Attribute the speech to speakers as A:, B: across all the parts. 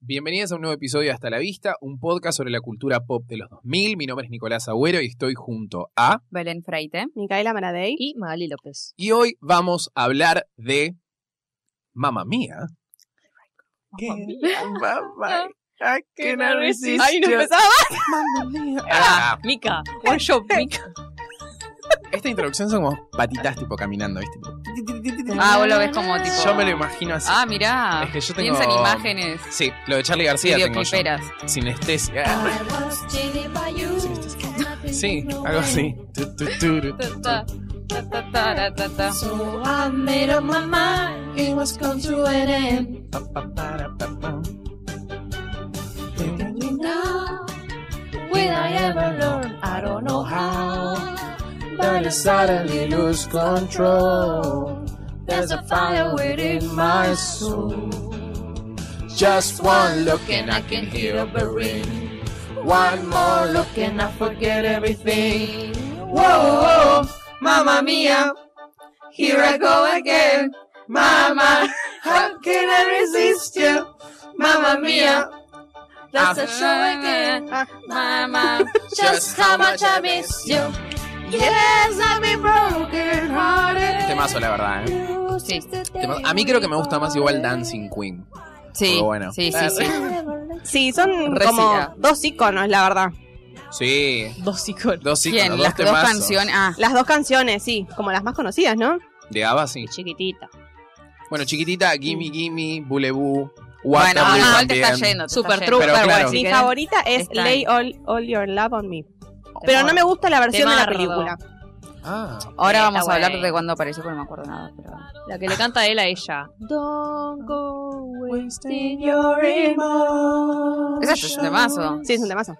A: Bienvenidos a un nuevo episodio de Hasta la Vista, un podcast sobre la cultura pop de los 2000. Mi nombre es Nicolás Agüero y estoy junto a...
B: Belén Freite
C: Micaela Maradei.
B: y Magali López.
A: Y hoy vamos a hablar de... Mamma mía. Mamma mía, que no resist
B: Ay, no
A: you.
B: empezaba.
A: Mamma mía.
B: Ah,
A: Ah,
B: Mica, one shot, Mica.
A: esta introducción son como patitas tipo caminando, ¿viste?
B: Ah, vos lo ves como tipo.
A: Yo me lo imagino así.
B: Ah, mirá.
A: Es que yo tengo-
B: Piensa en imágenes.
A: Sí, lo de Charlie García tengo yo.
B: videocliperas.
A: Sinestesia. Sí, algo así. Tu, tu, tu, tu, tu.
B: Ta, ta, ta, ta, ta, ta.
D: So I made up my mind it was come to an end.
A: Pa, pa, para, pa, pa.
D: Now, will I ever learn? I don't know how. But I suddenly lose control. There's a fire within my soul.
A: Just one look
D: And I can hear a ring. One more look and I forget everything. Whoa, mamma mia. Here I go again. Mama, how can I resist you? Mamma mia, that's a show again. Mama, just how much I miss you. Yes, I've been broken hearted.
A: Temazo, la verdad, ¿eh?
B: Sí.
A: Tema- A mí creo que me gusta más igual Dancing Ah, Queen.
B: Sí,
A: Pero bueno.
B: sí, sí, sí.
C: Sí, son
B: Resina.
C: como dos iconos, la verdad.
A: Sí.
B: Dos iconos.
A: Dos
B: ¿Quién?
A: iconos, dos
B: Las dos
A: temazos.
B: canciones. Ah,
C: Las dos canciones, sí, como las más conocidas, ¿no?
A: De ABBA, sí.
C: Chiquitita.
A: Bueno, chiquitita, Gimme Gimme, Bulebú,
B: bueno,
A: Waterloo
B: no, igual te
A: también.
B: está yendo. te
C: Super
B: está
C: true,
B: yendo.
A: Pero
C: pero
A: claro.
C: Mi favorita es
B: Está
C: Lay
B: ahí.
C: all, all Your Love on Me. Pero no me gusta la versión de la
E: Temardo.
C: película.
A: Ah,
B: Ahora vamos
E: Esta,
B: a hablar
E: güey.
B: de cuando apareció, porque no me acuerdo nada. Pero...
E: La que le canta él a ella.
C: Don't go wasting
D: Your emotions.
B: Ese es un temazo.
C: Sí, es un temazo.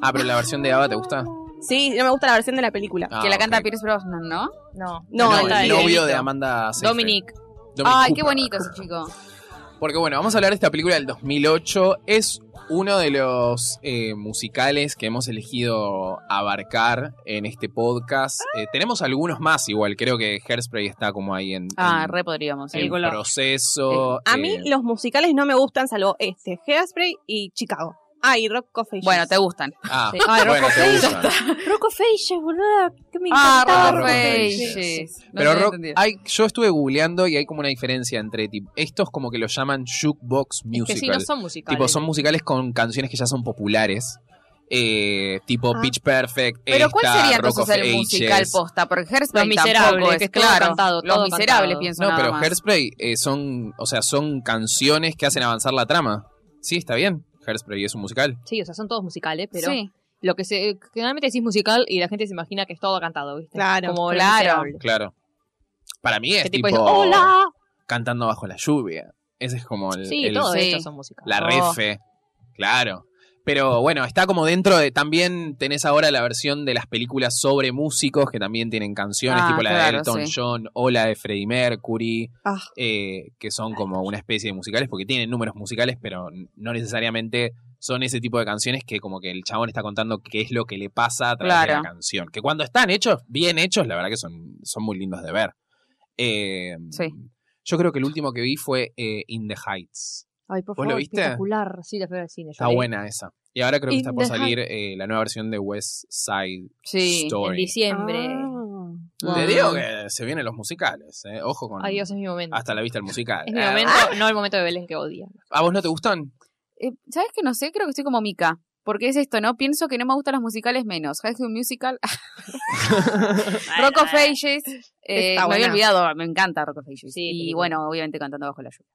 A: Ah, pero la versión de ABBA, ¿te gusta?
C: Sí, no me gusta la versión de la película.
A: Ah,
B: que la canta
A: ok.
B: Pierce Brosnan, ¿no?
E: No.
C: No,
A: No,
C: el-
A: el
E: el
A: novio
E: negrito.
A: de Amanda Seyfried.
E: Dominic.
A: Dominic
B: Ay, qué
A: Cooper.
B: bonito ese chico.
A: Porque bueno, vamos a hablar de esta película del 2008. Es uno de los eh, musicales que hemos elegido abarcar en este podcast. Eh, tenemos algunos más igual. Creo que Hairspray está como ahí en,
B: Ah,
A: en-
B: re podríamos.
A: en
B: sí.
E: película.
A: proceso.
C: A mí
A: eh,
C: los musicales no me gustan, salvo este, Hairspray y Chicago. Ah, y Rock Coffee.
B: Bueno, te gustan.
A: ah,
B: Sí. Ay,
A: bueno, te gusta.
E: Rocco Feixe, boludo. Que me
B: Ah,
E: encantaba
A: Rock
B: Rock
E: Rocco
A: Faces.
E: Feixe.
B: Faces. No
A: Pero
B: lo
A: rock,
B: entendí.
A: hay, yo estuve googleando y hay como una diferencia entre tipo, estos como que lo llaman jukebox musical.
E: Que si no son musicales.
A: tipo, son musicales con canciones que ya son populares. Eh, tipo
C: Ah.
A: Pitch Perfect.
B: Pero ¿cuál
A: esta,
B: sería
A: Rock of
B: entonces el
A: Ages.
B: musical posta? Porque Hairspray
E: Los
B: tampoco
E: Miserables,
B: es
E: que es todo
B: claro.
E: cantado,
B: Los
E: todo
B: miserables
E: cantado.
B: pienso
A: No,
B: nada
A: pero
B: más.
A: Hairspray eh, son, o sea, son canciones que hacen avanzar la trama. Sí, está bien. Hairspray es un musical.
E: Sí, o sea, son todos musicales, pero
B: Sí.
E: lo que se generalmente decís musical y la gente se imagina que es todo cantado, ¿viste?
C: Claro,
E: Como Los
B: claro.
E: Miserables.
A: Claro. Para mí es
E: Que
A: tipo,
E: tipo, dice, hola.
A: cantando bajo la lluvia. Ese es como el,
E: Sí,
A: el-
E: todos
B: sí.
E: estos son musicales.
A: la
B: Oh.
A: refe. Claro. Pero bueno, está como dentro de. También tenés ahora la versión de las películas sobre músicos que también tienen canciones,
B: Ah,
A: tipo la
B: claro,
A: de Elton
B: sí.
A: John o la de Freddie Mercury,
C: Ah.
A: eh, que son como una especie de musicales porque tienen números musicales, pero no necesariamente son ese tipo de canciones que como que el chabón está contando qué es lo que le pasa a través de la
B: Claro.
A: canción. Que cuando están hechos, bien hechos, la verdad que son, son muy lindos de ver. Eh,
B: Sí.
A: Yo creo que el último que vi fue eh, In the Heights.
E: Ay, por
A: ¿Vos lo
E: favor,
A: viste?
E: espectacular. Sí, la fui a ver al cine.
A: Está
E: lloré.
A: buena esa. Y ahora creo que
E: In
A: está por
E: the
A: salir eh, la nueva versión de West Side
B: Sí.
E: En
A: Story.
E: diciembre.
A: Te digo que se vienen los musicales, eh. ojo con
E: Ay, Dios, es mi momento.
A: hasta la vista el musical.
E: Es mi
A: Eh,
E: momento, no el momento de Belén que odia.
A: ¿A vos no te gustan?
B: Eh, ¿Sabes que no sé? Creo que estoy como Mika. Porque es esto, ¿no? Pienso que no me gustan los musicales menos. High School Musical, Rock of Ages. eh, me
C: Está
B: había
C: buena.
B: olvidado, me encanta Rock of Ages.
E: Sí,
B: y
E: película.
B: bueno, obviamente cantando bajo la lluvia.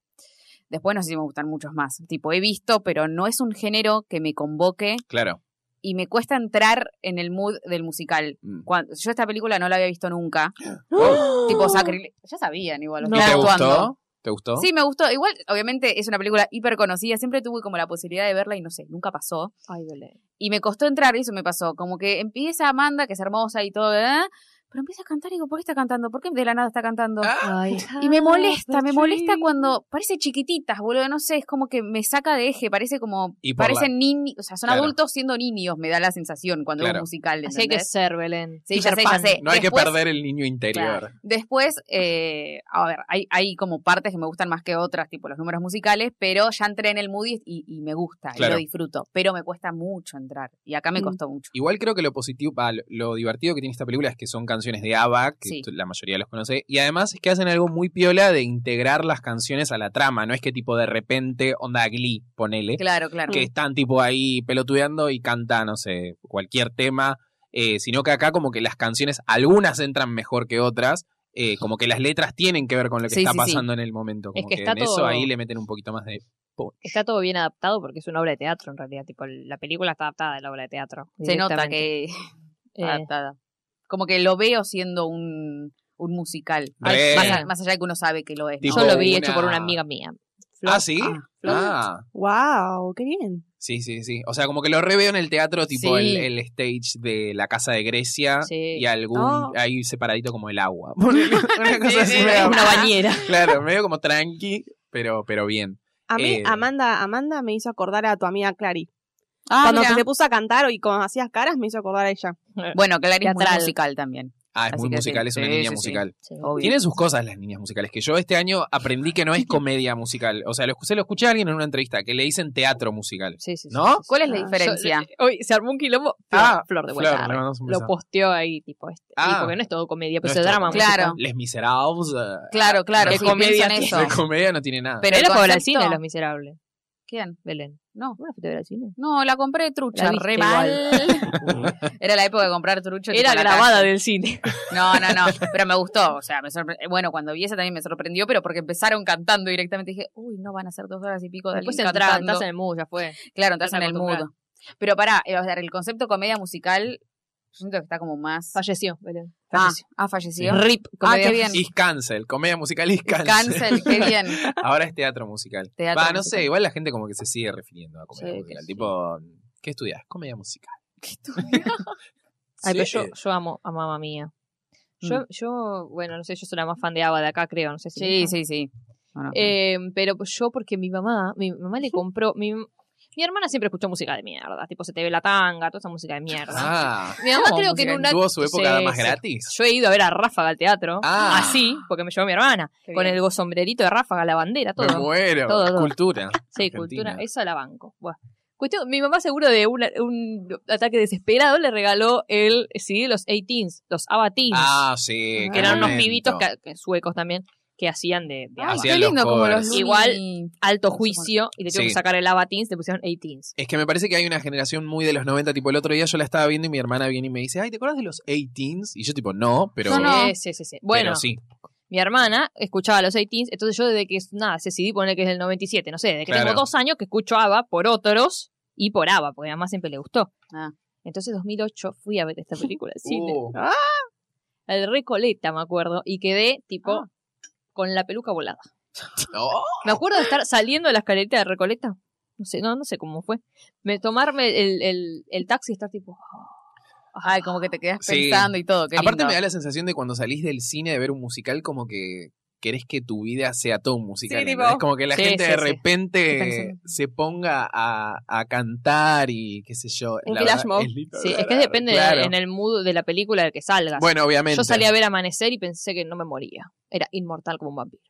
B: Después no sé si me gustan muchos más. Tipo, he visto, pero no es un género que me convoque
A: Claro.
B: y me cuesta entrar en el mood del musical.
A: Mm.
B: Cuando- yo esta película no la había visto nunca. Ah. Tipo, sacrile- Ya sabían igual. los
A: ¿Y
B: que
A: te
B: estaban actuando.
A: gustó? ¿Te gustó?
B: Sí, me gustó. Igual, obviamente, es una película hiper conocida. Siempre tuve como la posibilidad de verla y no sé, nunca pasó.
E: Ay, Belén.
B: Y me costó entrar y eso me pasó. Como que empieza Amanda, que es hermosa y todo, ¿eh? Pero empieza a cantar y digo, ¿por qué está cantando? ¿Por qué de la nada está cantando?
A: Ah.
B: Y me molesta, me molesta cuando parece chiquititas, boludo, no sé, es como que me saca de eje, parece como
A: Y por
B: parecen niños, o sea, son
A: Claro.
B: adultos siendo niños, me da la sensación cuando veo
A: Claro.
B: un musical,
E: Así hay que
B: ¿entendés?
E: ser, Belén.
B: Sí, ya sé, ya sé.
A: No hay que
B: Después-
A: perder el niño interior.
B: Después, eh, a ver, hay, hay como partes que me gustan más que otras, tipo los números musicales, pero ya entré en el mood y, y- y me gusta, y
A: Claro.
B: lo disfruto, pero me cuesta mucho entrar, y acá me
C: Mm.
B: costó mucho.
A: Igual creo que lo positivo, va, lo, lo divertido que tiene esta película es que son canciones de ABBA, que
B: Sí.
A: t- la mayoría los conoce, y además es que hacen algo muy piola de integrar las canciones a la trama, no es que tipo de repente onda Glee, ponele,
B: Claro, claro.
A: que están tipo ahí pelotudeando y cantan, no sé, cualquier tema, eh, sino que acá como que las canciones, algunas entran mejor que otras, eh, como que las letras tienen que ver con lo que
B: Sí,
A: está
B: sí, sí.
A: pasando en el momento, como
E: que
A: que,
E: está
A: en eso
E: todo-
A: ahí le meten un poquito más de...
E: Está todo bien adaptado porque es una obra de teatro en realidad. Tipo, la película está adaptada de la obra de teatro.
B: Se nota
E: directamente.
B: que
E: Eh,
B: adaptada. Como que lo veo siendo un, un musical.
A: Re.
B: Más, a- más allá de que uno sabe que lo es. ¿no?
A: Eh, Tipo
E: yo lo vi
A: una-
E: hecho por una amiga mía.
A: Ah, sí.
B: Ah,
A: Ah.
C: ¡Wow! ¡Qué bien!
A: Sí, sí, sí. O sea, como que lo reveo en el teatro, tipo
E: Sí.
A: el, el stage de la Casa de Grecia
E: Sí.
A: y algún
B: Ah.
C: Oh.
A: ahí separadito como el agua. una cosa así
E: Es
A: medio-
B: Ah.
E: una bañera.
A: Claro, medio como tranqui, pero, pero bien.
C: A mí,
A: Eh.
C: Amanda, Amanda me hizo acordar a tu amiga Clary.
B: Ah,
C: cuando
B: mirá.
C: se puso a cantar y cuando hacías caras, me hizo acordar a ella.
B: Bueno, Clarín es muy
E: Teatral.
B: musical también.
A: Ah, es
B: Así
A: muy
B: que sí.
A: musical, es una
B: Sí,
A: niña
B: sí, sí.
A: musical.
B: Obvio.
A: Tienen sus cosas las niñas musicales, que yo este año aprendí que no es comedia musical. O sea, lo escuché, lo escuché a alguien en una entrevista que le dicen teatro musical.
E: Sí, sí, sí.
A: ¿No?
B: ¿Cuál es la
C: Ah, yo-
B: diferencia?
E: Yo- hoy se armó un quilombo. Flor,
A: Ah,
E: Flor de
A: Flor,
E: vuelta.
A: le mandamos un
E: lo
A: beso.
E: posteó ahí, tipo. Este, y
A: Ah.
E: porque no es todo comedia,
A: No
E: pero
A: es
E: es
A: todo
E: drama.
A: comedia.
E: musical.
B: Claro.
A: Les Miserables. eh,
B: Claro, claro,
E: ¿Qué
B: sí,
E: comedia
B: pienso en
E: tiene?
B: eso.
A: De comedia no tiene nada.
B: Pero el
E: Era para el
B: concepto-
E: cine, Los Miserables.
B: ¿Quién?
E: Belén.
B: No.
E: ¿Una foto de cine?
B: No, la compré de trucha,
E: La viste
B: re
E: igual.
B: mal. Era la época de comprar trucha. tipo
E: Era
B: en la
E: grabada
B: calle.
E: del cine.
B: No, no, no, pero me gustó, o sea, me sorpre- bueno, cuando vi esa también me sorprendió, pero porque empezaron cantando directamente dije, uy, no van a ser dos horas y pico de
E: Después
B: alguien
E: entras,
B: cantando.
E: entras en el mood, ya fue.
B: Claro, entras en
E: Estás
B: el mood.
E: acostumbrado.
B: Pero pará, eh, o sea, el concepto comedia musical, yo siento que está como más.
E: Falleció, Belén.
B: Ah,
E: Falleció.
B: ah, falleció.
E: RIP.
B: Ah,
E: comedia.
B: qué bien.
A: Is cancel, comedia musical is cancel.
B: Cancel, qué bien.
A: Ahora es teatro musical.
B: Teatro
A: Va, no
B: musical.
A: sé, igual la gente como que se sigue refiriendo a comedia
E: Sí, que
A: musical.
E: sí.
A: Tipo, ¿qué estudias? Comedia musical.
E: Ay, pero
A: Sí.
E: yo, yo amo a mamá mía. Yo, yo, bueno, no sé, yo soy la más fan de Ava de acá, creo, no sé si.
B: Mm. Sí, sí, sí. No, no.
E: Eh, pero yo, porque mi mamá, mi mamá le compró. Mi, mi hermana siempre escuchó música de mierda, tipo se te ve la tanga, toda esa música de mierda.
A: Ah,
E: mi mamá
B: ¿cómo
E: creo que en
B: música?
E: una.
A: ¿tuvo su época
E: Sí,
A: más
E: sí.
A: gratis?
E: Yo he ido a ver a Ráfaga al teatro,
A: Ah.
E: así, porque me llevó mi hermana,
B: Qué
E: con
B: bien.
E: el sombrerito de Ráfaga, la bandera,
A: Me
E: todo.
A: muero.
E: Todo, todo.
A: Cultura.
E: Sí,
A: Argentina.
E: cultura, esa la banco. Buah. Cuestión, mi mamá seguro de una- un ataque desesperado le regaló el sí, los 18s, los Abatins,
A: Ah, sí.
E: que eran unos pibitos ca- que- suecos también, que hacían de, de
B: Ay,
E: Ava.
A: hacían
B: qué
A: los
B: lindo como
A: covers.
B: los Looney-
E: Igual- alto
B: Por supuesto.
E: juicio y le tuvieron
A: Sí.
E: que sacar el Abatins, le pusieron 18s.
A: Es que me parece que hay una generación muy de los 90. Tipo, el otro día yo la estaba viendo y mi hermana viene y me dice, ay, ¿te acuerdas de los 18s? Y yo tipo, no, pero,
B: Yo no.
E: Sí, sí, sí, sí. Bueno,
A: pero sí.
E: mi hermana escuchaba los 18s, entonces yo desde que, nada, ese CD pone que es del 97, no sé, desde que
A: Claro.
E: tengo dos años que escucho ABBA por otros y por ABBA, porque además siempre le gustó.
B: Ah.
E: Entonces, 2008 fui a ver esta película al cine,
A: Uh,
E: el Recoleta, me acuerdo, y quedé tipo con la peluca volada.
A: no.
E: Me acuerdo de estar saliendo de la escalerita de Recoleta, no sé, no, no sé cómo fue, me tomarme el, el, el taxi y estar tipo,
B: Ay, como que te quedas
A: Sí.
B: pensando y todo. Qué
A: Aparte
B: lindo.
A: me da la sensación de cuando salís del cine de ver un musical como que querés que tu vida sea todo un musical.
C: Sí,
A: ¿entendés?
C: tipo-
A: como que la
E: Sí,
A: gente
E: sí,
A: de
E: sí.
B: Estoy
A: repente
B: pensando.
A: se ponga a, a cantar y qué sé yo.
C: Un
A: La
C: flash
A: verdad,
C: mob.
A: es lindo
E: Sí,
A: de
E: es que
A: ver,
E: depende de-
A: claro.
E: en el mood de la película del que salgas.
A: Bueno, obviamente.
E: Yo salí a ver Amanecer y pensé que no me moría. Era inmortal como un vampiro.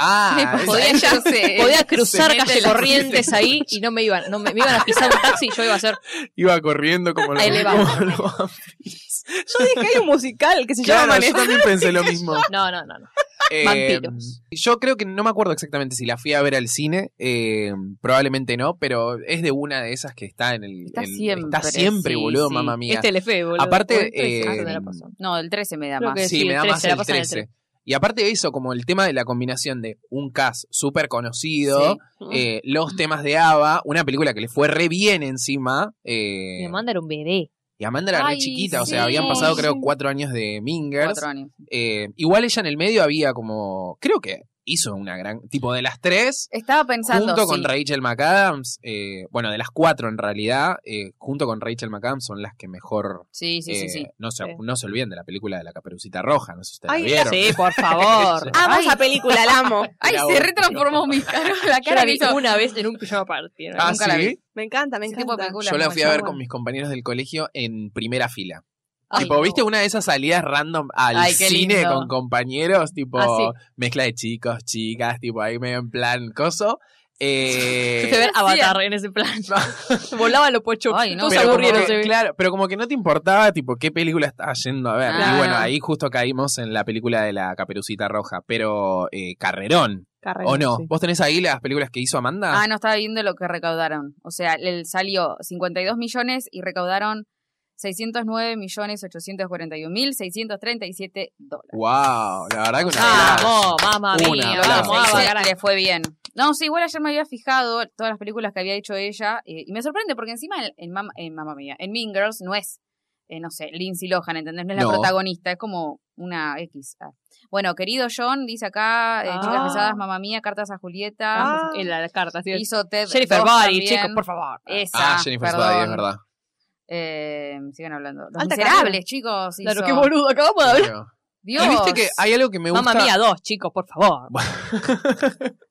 A: Ah,
B: Me
A: esa-
B: podía, yo sé.
E: Podía cruzar
B: mete
E: calle
B: la-
E: corrientes ahí y no me iban, no me, me iban a pisar un taxi y yo iba a ser
A: iba corriendo como los,
E: Ahí le va.
A: como los vampiros.
C: Yo dije, hay un musical que se llama
A: Claro, yo
C: Amanecer.
A: también pensé lo mismo.
E: No, no, no, no.
A: Eh,
E: Vampiros.
A: Yo creo que no me acuerdo exactamente si la fui a ver al cine, eh, probablemente no, pero es de una de esas que está en el.
B: Está
A: en-
B: siempre,
A: Em, Está siempre,
B: sí,
A: boludo,
B: sí. Este
A: mamá mía.
E: Es Telefe, boludo.
A: Aparte,
E: O el 13,
A: eh,
E: ah, no sé dónde la pasó.
B: No, el 13 me da
E: Creo
B: más.
E: que
A: sí,
E: sí,
A: me
E: el
A: da
E: 13,
A: más
E: la
A: el
E: pasan en el
A: 13. Y aparte de eso, como el tema de la combinación de un cast súper conocido, eh, los temas de Ava, una película que le fue re bien encima. eh,
E: Mi Amanda era un bebé.
A: y Amanda era re
B: Ay,
A: chiquita, o
B: sí.
A: sea, habían pasado creo cuatro años de Mingers.
B: Cuatro años.
A: Eh, igual ella en el medio había como, creo que hizo una gran. Tipo, de las tres,
B: Estaba pensando.
A: junto con
B: sí.
A: Rachel McAdams, eh, bueno, de las cuatro en realidad, eh, junto con Rachel McAdams son las que mejor.
B: Sí, sí, sí,
A: eh,
B: sí.
A: No, se,
E: Sí.
A: no se olviden de la película de la Caperucita Roja, no sé si ustedes
C: Ay,
A: la vieron.
E: Sí, por favor. Ah,
C: Amo
B: Ay.
C: esa película, la amo.
B: Ay,
A: Mira
B: se
A: vos.
B: retransformó mi cara. La
E: Yo
B: cara
E: la
B: que
E: vi
B: hizo.
E: una vez en un pijama party. ¿no?
A: Ah,
B: Nunca la
A: ¿sí?
B: vi.
C: Me encanta, me
B: Ese tipo de
C: encanta.
B: película
A: Yo la
B: como
A: fui a ver
B: esa.
A: con mis compañeros del colegio en primera fila.
E: Ay,
A: tipo,
E: no.
A: ¿viste una de esas salidas random al
B: Ay, qué
A: cine
B: lindo.
A: con compañeros? Tipo,
E: Ah,
A: mezcla de chicos, chicas, tipo ahí medio en plan coso. Eh,
E: Yo fui a ver
B: Sí.
E: Avatar en ese plan. Volaban los pochos.
B: Ay, no,
E: Todos
B: pero
E: se
A: como
E: aburrieron.
A: que-
E: se ve.
A: claro, pero como que no te importaba tipo qué película estabas yendo a ver.
B: Claro.
A: Y bueno, ahí justo caímos en la película de la Caperucita Roja, pero eh, Carrerón,
C: Carrera,
A: ¿o no?
C: sí.
A: ¿Vos tenés ahí las películas que hizo Amanda?
B: Ah, no, estaba viendo lo que recaudaron. O sea, el salió 52 millones y recaudaron 609 millones 841 mil 637 dólares.
A: Wow, la verdad que una
B: Ah,
A: golazo.
E: Vamos, mamá
A: Una,
E: mía.
A: claro.
E: Vamos,
B: Sí,
E: Ava.
B: le fue bien. No, sí, igual ayer me había fijado todas las películas que había hecho ella eh, y me sorprende porque encima en, en, Mam- en Mamma Mía, en Mean Girls no es, eh, no sé, Lindsay Lohan, ¿entendés? No es la
A: No.
B: protagonista, es como una X. Ah. Bueno, querido John, dice acá, eh,
E: Ah.
B: Chicas Pesadas, Mamma Mía, Cartas a Julieta,
E: Ah, en la, la carta. así de-
B: hizo Ted
E: Jennifer
B: 2
E: Body,
B: también.
E: chicos, por favor.
B: Esa,
A: Ah, Jennifer
B: perdón.
A: Soddy, es verdad.
B: Eh, sigan hablando. Los
C: Alta
B: miserables,
C: carrera.
B: chicos.
E: Claro,
B: hizo.
E: qué boludo, acabamos de hablar.
A: Pero-
B: Dios.
A: Y viste que hay algo que me gusta.
E: Mamá mía, dos, chicos, por favor.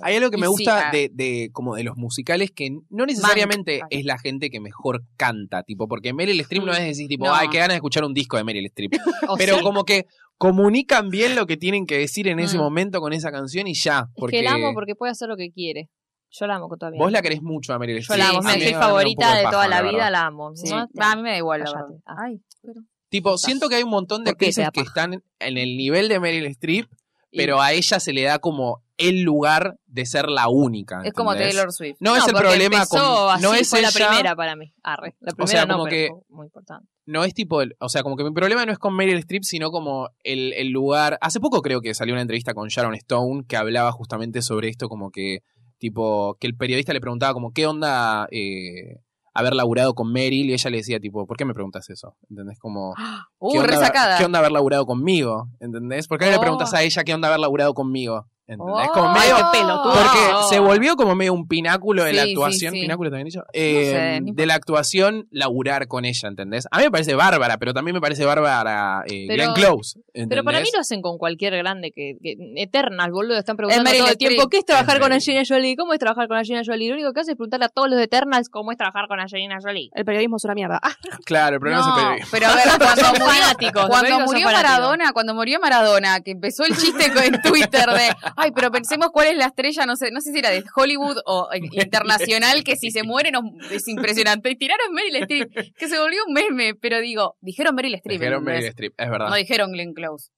A: Hay algo que
B: Y
A: me
B: sí,
A: gusta
B: ah.
A: de, de- como de los musicales que no necesariamente
B: Banco.
A: es la gente que mejor canta, tipo, porque Meryl Streep no es decir tipo,
B: No.
A: ay, qué ganas de escuchar un disco de Meryl Streep.
E: O
A: Pero
E: sí.
A: como que comunican bien lo que tienen que decir en ese
B: Mm.
A: momento con esa canción y ya.
E: Es
A: Porque
E: que la amo porque puede hacer lo que quiere. Yo la amo con toda mi
A: vos
E: alma.
A: la querés mucho a Meryl
E: Yo
A: Streep.
E: la
B: Sí,
E: amo, es mi
A: A mí me
E: actriz
A: da un poco
E: favorita de toda
A: paja,
E: la vida,
A: verdad.
E: la amo.
B: Sí.
E: ¿No?
B: Ah, a mí me da igual, la
E: Cállate.
B: verdad.
E: Ah.
B: Ay, pero-
A: Tipo, siento que hay un montón de
E: ¿Por qué te
A: actrices
E: da
A: que
E: paja?
A: están en el nivel de Meryl Streep,
E: Y-
A: pero a ella se le da como el lugar de ser la única.
B: es como
A: ¿entendés?
B: Taylor Swift.
A: No, es el
E: porque
A: problema
E: empezó
A: con. No
E: así,
A: es
E: fue la
A: ella,
E: primera para mí. Arre. La primera
A: sea,
E: no,
A: como
E: pero
A: que-
E: fue muy importante.
A: no es tipo, el- o sea, como que mi problema no es con Meryl Streep, sino como el, el lugar. Hace poco creo que salió una entrevista con Sharon Stone que hablaba justamente sobre esto, como que, tipo, que el periodista le preguntaba como, ¿qué onda eh, haber laburado con Meryl? Y ella le decía, tipo, ¿por qué me preguntas eso? ¿Entendés? Como, ¿qué,
B: Uh,
A: onda,
B: resacada.
A: ¿qué onda haber laburado conmigo? ¿Entendés? ¿Por qué no le
E: Oh.
A: preguntas a ella qué onda haber laburado conmigo? ¿Entendés?
E: Oh.
A: Como
E: Ay,
A: medio,
E: qué pelo, tú.
A: porque
E: Oh.
A: se volvió como medio un pináculo de la
B: Sí, sí,
A: actuación.
B: sí.
A: Pináculo también dicho. Eh,
B: sé, ni
A: de la actuación, laburar con ella, ¿entendés? A mí me parece bárbara, pero también me parece bárbara eh, Glenn
E: Pero-
A: Close.
E: Pero para mí
A: ¿entendés?
E: lo hacen con cualquier grande que, que eternas, boludo. Están preguntando
B: Meryl
E: todo el tiempo
B: Streep.
E: qué es trabajar
A: Es
E: con
A: Meryl.
E: Angelina Jolie, cómo es trabajar con Angelina Jolie. Lo único que hace es preguntarle a todos los Eternals cómo es trabajar con Angelina Jolie.
C: El periodismo es una mierda. Ah,
A: Claro, el problema
B: No,
A: es el periodismo.
B: pero a ver, cuando
E: Son
B: murió,
E: fanáticos. los
B: cuando
E: fanáticos son
B: murió
E: fanáticos.
B: Maradona, cuando murió Maradona, que empezó el chiste con- en Twitter de, ay, pero pensemos cuál es la estrella, no sé, no sé si era de Hollywood o eh, internacional, que si se muere nos- es impresionante. Y tiraron Meryl Streep, que se volvió un meme, pero digo, dijeron Meryl Streep.
A: Dijeron
B: ¿entendés?
A: Meryl Streep, es verdad.
B: No dijeron Glenn Close.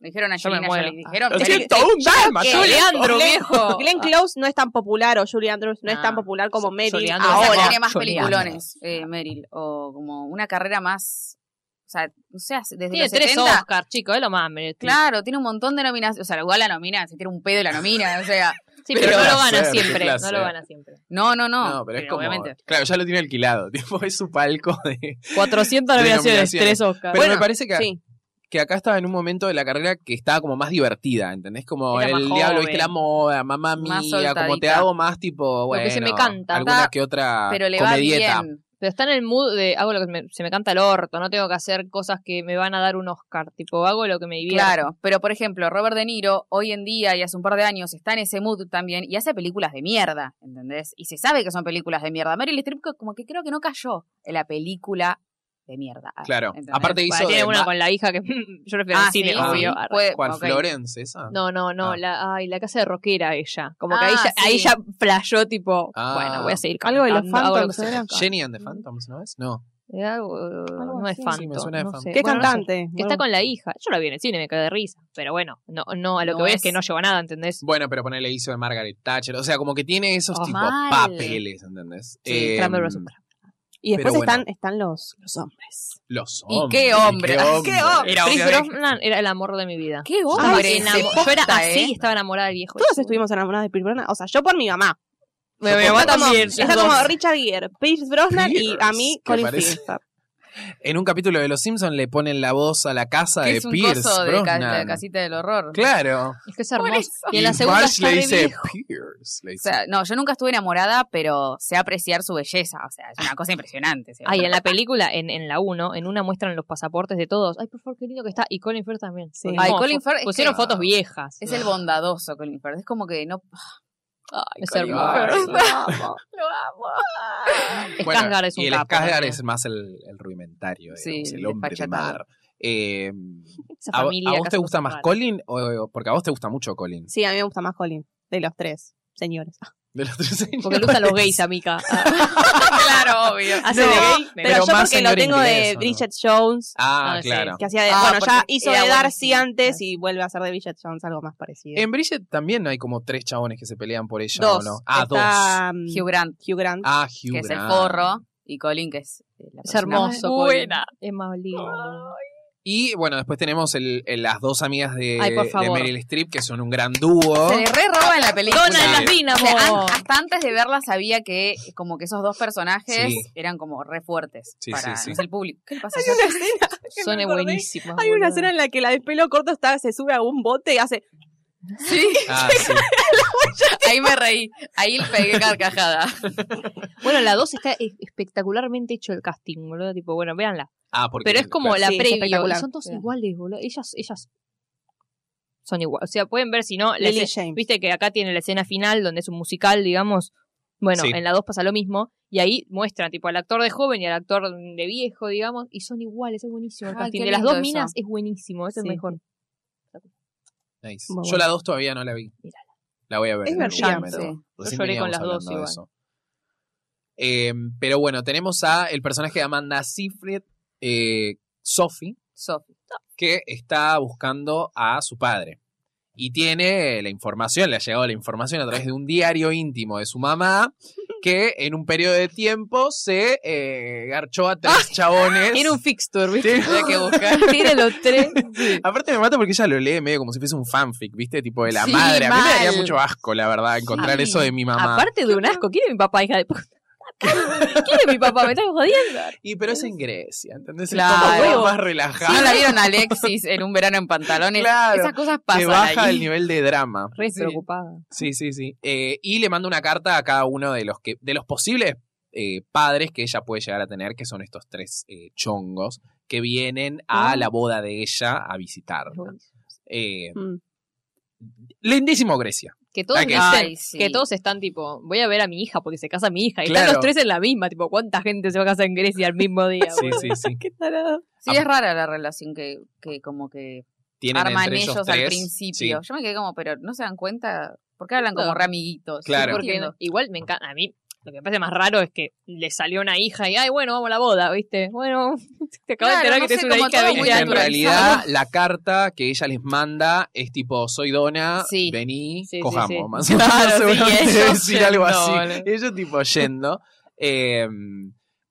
B: Dijeron
E: Yo me
B: Angelina
E: muero.
B: Jolie. Dijeron
A: Es
B: Meryl
A: que todo un drama,
C: que-
A: todo un-
E: Leandro, viejo.
C: Glenn Close no es tan popular o Julie Andrews no es
E: Ah,
C: tan popular como Ah,
E: Julie
C: Meryl
E: Andrews.
B: Ahora
C: ahora.
B: tiene más
E: Jolie
B: peliculones, eh, Meryl, o como una carrera más, o sea, no sé, hace- desde
E: Tiene
B: los
E: tres
B: 70,
E: Oscars, chicos, es lo más Meryl Streep.
B: claro, tiene un montón de nominaciones, o sea, igual la nomina, se tiene un pedo y la nomina, o sea,
E: Sí, pero,
A: Pero
E: no lo
A: placer,
E: gana
A: qué
E: siempre. No
A: placer.
E: lo gana siempre.
B: no, no, no,
A: No, pero es como.
B: obviamente.
A: Claro, ya lo tiene alquilado. Tipo, es su palco de.
E: 400 nominaciones,
A: nominaciones.
E: tres Oscars.
A: Pero me parece que,
C: sí.
A: que acá estaba en un momento de la carrera que estaba como más divertida, ¿entendés? Como
E: Era más
A: el diablo,
E: joven.
A: viste la moda, mamá
B: Más
A: mía, como te
B: soltadita.
A: hago más tipo, bueno,
E: que se me canta.
A: alguna
B: Ta-
A: que otra
B: Pero le va
A: Ah, comedieta.
B: bien.
E: Pero está en el mood de hago lo que me- se me canta el orto, no tengo que hacer cosas que me van a dar un Oscar, tipo hago lo que me divierte.
B: Claro, pero por ejemplo, Robert De Niro hoy en día y hace un par de años está en ese mood también y hace películas de mierda, ¿entendés? Y se sabe que son películas de mierda. Meryl Streep co- como que creo que no cayó en la película de mierda. Ah,
A: Claro.
B: ¿entendés?
A: Aparte
E: Bueno,
A: hizo
E: tiene
A: de
E: una
A: Ma-
E: con la hija que yo refiero
B: ah,
E: al cine,
B: sí,
E: obvio.
B: sí,
E: Arre.
B: puede-
A: ¿Cuál?
B: ok.
A: ¿Florence esa?
E: No, no, no,
A: Ah.
E: la, ay, la casa de rockera ella. Como que
B: Ah,
E: ahí ya,
B: sí.
E: ahí ya flasheó tipo,
A: Ah.
E: bueno, voy a seguir
C: Algo de los
E: cantando, hago lo que
C: Phantoms,
E: se me
C: ¿era?
E: canta.
A: Jenny and the Phantoms, ¿no es? No.
E: Eh, algo, eh,
C: Algo
E: no es
C: así.
E: Phantom,
A: Sí, me suena de
E: no
A: Phantom.
E: sé.
C: Qué
E: Bueno, no sé.
C: cantante.
E: Que está con la hija. Yo la vi en el cine, me caí de risa. Pero bueno, no, no, a lo
B: No
E: que voy es...
B: es-
E: que no lleva nada, ¿entendés?
A: Bueno, pero ponele hizo de Margaret Thatcher. O sea, como que tiene esos
E: Oh,
A: tipo
B: mal.
A: papeles, ¿entendés?
E: Sí,
A: Eh,
E: Kramer versus
C: Y después
A: Pero bueno.
C: están, están los, los hombres.
A: Los
B: Y
A: hombres.
B: qué hombre.
A: qué hombre.
C: Qué hombre.
A: Era ¿eh?
E: Chris
A: obviamente-
E: Brosnan era el amor de mi vida.
B: Qué
E: Estaba
B: hombre,
C: sí,
E: enamo-
B: ese
E: Yo era
B: posta,
E: así
B: eh.
E: y Ah, estaba enamorada del viejo.
A: Pues
C: Todos estuvimos enamoradas de Pierce Brosnan. O sea, yo por mi mamá.
E: Me,
A: mi mamá
C: está como,
A: también,
C: está como Richard Gere, Pierce Brosnan y a mí
A: Pierce, que
C: Colin
A: parece-
C: Firth.
A: En un capítulo de Los Simpsons le ponen la voz a la casa
B: que
A: de
B: es un
A: Pierce.
B: coso de ca-
A: Brosnan.
B: la casita del horror.
A: Claro.
E: Es que es
B: Por
E: hermoso.
B: eso.
E: Y en la segunda
A: Marge
E: está
A: le
E: re
A: dice
E: viejo.
A: Pierce. le
B: O
A: dice.
B: sea, no, yo nunca estuve enamorada, pero sé apreciar su belleza. O sea, es una cosa impresionante. o sea,
E: Ay, en la película, en, en la 1, en una muestran los pasaportes de todos. Ay, por favor, qué lindo que está. Y Colin Firth también.
C: Sí.
E: Hermoso.
B: Ay, Colin Firth es
E: Pusieron
B: que-
E: fotos viejas.
B: Es el bondadoso Colin Firth. Es como que no.
E: es
B: Colin
E: hermoso.
B: Firth.
E: Lo amo.
A: Bueno,
E: Skarsgård es un
A: y el
E: capo.
A: Skarsgård
E: también.
A: es más el, el rudimentario,
B: Sí,
A: digamos, el
B: el
A: hombre de
B: desfachatado.
A: mar. Eh,
E: Esa
A: ¿a, vo-
E: familia
A: a vos
E: que
A: te
E: hace
A: gusta
E: cosas
A: más
E: raras.
A: Colin? O, o- porque a vos te gusta mucho Colin.
C: Sí, a mí me gusta más Colin, de los tres señores.
A: De los tres
E: Porque
A: señores.
E: le gustan los gays, amica. Ah,
B: claro, obvio.
E: Hace
C: No,
E: de gay.
A: pero
C: Pero, yo
A: más
C: porque lo
A: señor
C: tengo
A: inglés, ¿o
C: de
A: no?
C: Bridget Jones,
A: Ah,
E: No, sí.
A: claro.
C: que hacía de...
B: Ah,
C: bueno, ya
B: porque
C: hizo
B: era
C: de Darcy
B: buenísimo.
C: antes y vuelve a ser de Bridget Jones algo más parecido.
E: Em,
A: En Bridget también hay como tres chabones que se pelean por ella, ¿o
C: dos.
A: no? Ah, dos.
C: Está, um,
B: Hugh Grant,
C: Hugh Grant.
A: Ah, Hugh
B: que es el
A: Grant.
B: forro, y Colin, que es eh, la
E: Es
B: persona
E: hermoso.
B: más buena.
E: Colin. Es más lindo.
A: Y bueno, después tenemos el, el- las dos amigas de,
E: Ay, por
A: de
E: favor.
A: Meryl Streep, que son un gran dúo.
B: Se le re roba en la película.
E: Dona de las
A: Sí.
B: O
E: Dinamo.
B: sea, an- hasta antes de verla sabía que como que esos dos personajes
A: Sí.
B: eran como re fuertes
A: Sí,
B: para
A: sí, sí.
B: no sé, el público. ¿Qué le pasa?
C: Hay una escena que me
E: Son
C: acordé.
E: buenísimas.
C: Hay una
E: boludo.
C: escena en la que la de pelo corto está, se sube a un bote y hace.
B: Sí,
A: Ah, sí.
B: ahí me reí. Ahí le pegué carcajada.
E: Bueno, la 2 está es- espectacularmente hecho el casting, boludo. Tipo, bueno, véanla.
A: Ah, porque
E: Pero es como la
C: Sí, es
E: previo. Y
C: espectacular.
E: son todos
B: Sí.
E: iguales, boludo. Ellas, ellas son iguales. O sea, pueden ver si no. la
C: Lily
E: escena-
C: James.
E: Viste que acá tiene la escena final donde es un musical, digamos. Bueno,
A: Sí.
E: en la 2 pasa lo mismo. Y ahí muestran, tipo, al actor de joven y al actor de viejo, digamos. Y son iguales. Es buenísimo el
B: Ay,
E: casting.
B: qué
E: de las
B: lindo
E: dos
B: eso.
E: minas es buenísimo. Eso
C: Sí.
E: es mejor.
A: Nice.
C: Muy
A: Yo
C: bueno.
A: la 2 todavía no la vi.
E: Mírala.
A: La voy a ver.
C: Es
A: en algún
C: divertida,
A: momento.
B: sí.
A: Recién
E: Yo lloré con
A: veníamos
E: las dos
A: hablando de
E: igual.
A: eso. Eh, pero bueno, tenemos a el personaje de Amanda Seyfried, eh, Sophie,
B: Sophie.
A: que está buscando a su padre. Y tiene la información, le ha llegado la información a través de un diario íntimo de su mamá, que en un periodo de tiempo se eh, garchó a tres chabones.
E: Tiene Ah, un fixture, ¿viste?
A: Tiene-
E: Había que buscar. Tiene los tres.
A: Aparte me mata porque ella lo lee medio como si fuese un fanfic, ¿viste? Tipo de la
B: Sí,
A: madre. A mí me daría
B: mal.
A: mucho asco, la verdad, encontrar
E: Sí.
A: eso de mi mamá.
E: Aparte de un asco, ¿quién es mi papá, hija de puta? ¿Quién es mi papá? Me estás jodiendo.
A: Y pero es en Grecia, ¿entendés?
B: Claro.
A: Es como todo más
B: Si no
A: relajado.
B: la vieron a Alexis en un verano en pantalones,
A: Claro.
B: esas cosas
A: Te
B: pasan
A: baja
B: ahí.
A: el nivel de drama.
E: Re
A: Sí.
E: preocupada.
A: Sí, sí, sí. Eh, y le manda una carta a cada uno de los que, de los posibles eh, padres que ella puede llegar a tener, que son estos tres eh, chongos, que vienen a
E: Ah.
A: la boda de ella a visitar. Eh,
C: Mm.
A: lindísimo Grecia.
E: Que todos
A: Hay Ah, que-
E: dicen
B: Ay, sí.
E: que todos están tipo, voy a ver a mi hija porque se casa mi hija. Y
A: Claro.
E: están los tres en la misma, tipo, ¿cuánta gente se va a casar en Grecia al mismo día?
A: Sí, sí, sí.
C: Qué tarado.
B: Sí, es rara la relación que, que como que
A: Tienen
B: arman
A: entre
B: ellos,
A: ellos
B: al
A: tres,
B: principio.
A: sí.
B: Yo me quedé como, pero no se dan cuenta, porque hablan
E: No.
B: como re amiguitos.
A: Claro.
B: No
E: Porque
B: entiendo.
E: igual me encanta. A mí lo que me parece más raro es que le salió una hija y, ay, bueno, vamos a la boda, ¿viste? Bueno, te acabo
B: Claro,
E: de enterar
B: no
E: que tienes
B: sé,
E: una
B: como
E: hija de
B: todo muy
E: 20
A: En
E: años.
B: natural.
A: realidad, la carta que ella les manda es tipo, soy Dona,
B: Sí.
A: vení,
E: Sí, sí,
A: cojamos.
E: sí.
A: más o menos,
B: Claro, sí,
A: seguramente
B: ellos
A: debe decir algo
B: yendo,
A: así.
B: boludo.
A: Ellos tipo yendo. eh,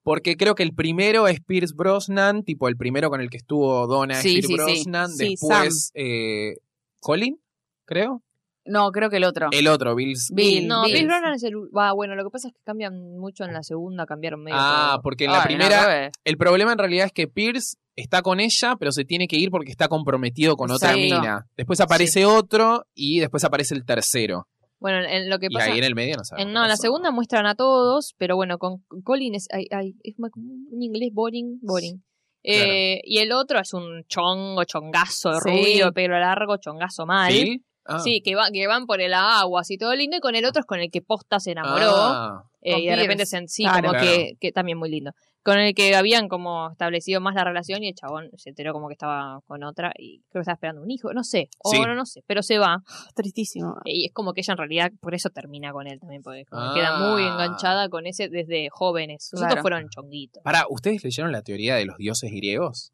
A: porque creo que el primero es Pierce Brosnan, tipo el primero con el que estuvo Donna es
B: Sí,
A: Pierce
B: sí, sí.
A: Brosnan.
C: Sí,
A: Después, eh, Colin, creo.
B: No, creo que el otro.
A: El otro, Bill.
B: Bill.
E: No,
B: Bill.
E: Pierce Brosnan es el. Va, bueno, lo que pasa es que cambian mucho en la segunda, cambiaron medio.
A: Ah,
E: todo.
A: porque en la
B: Ay, no,
A: primera
B: al revés.
A: El problema en realidad es que Pierce está con ella, pero se tiene que ir porque está comprometido con otra
B: Exacto.
A: mina. Después aparece otro y después aparece el tercero.
E: Bueno, en lo que
A: Y
E: pasa.
A: ahí en el medio no sabemos.
E: en-
A: qué
E: no, en la
A: pasó.
E: segunda muestran a todos, pero bueno, con con Colin es. Ay, ay, es más como un inglés boring. boring. Eh, Y el otro es un chongo, chongazo,
C: Sí.
E: rubio, pelo largo, chongazo mal.
A: ¿Sí? Ah.
E: Sí, que, va, que van por el agua, así todo lindo, y con el otro es con el que posta se enamoró.
A: Ah.
E: Eh,
B: Con
E: y de
B: Pierce.
E: repente se, sí,
C: Claro.
E: como
A: Claro.
E: Que, que también muy lindo. Con el que habían como establecido más la relación y el chabón se enteró como que estaba con otra y creo que estaba esperando un hijo, no sé, o
A: Sí.
E: no, no sé, pero se va.
C: Tristísimo.
E: Y es como que ella en realidad por eso termina con él también, porque como
A: Ah.
E: queda muy enganchada con ese desde jóvenes. Nosotros
B: Claro.
E: fueron chonguitos.
A: Pará, ¿ustedes leyeron la teoría de los dioses griegos?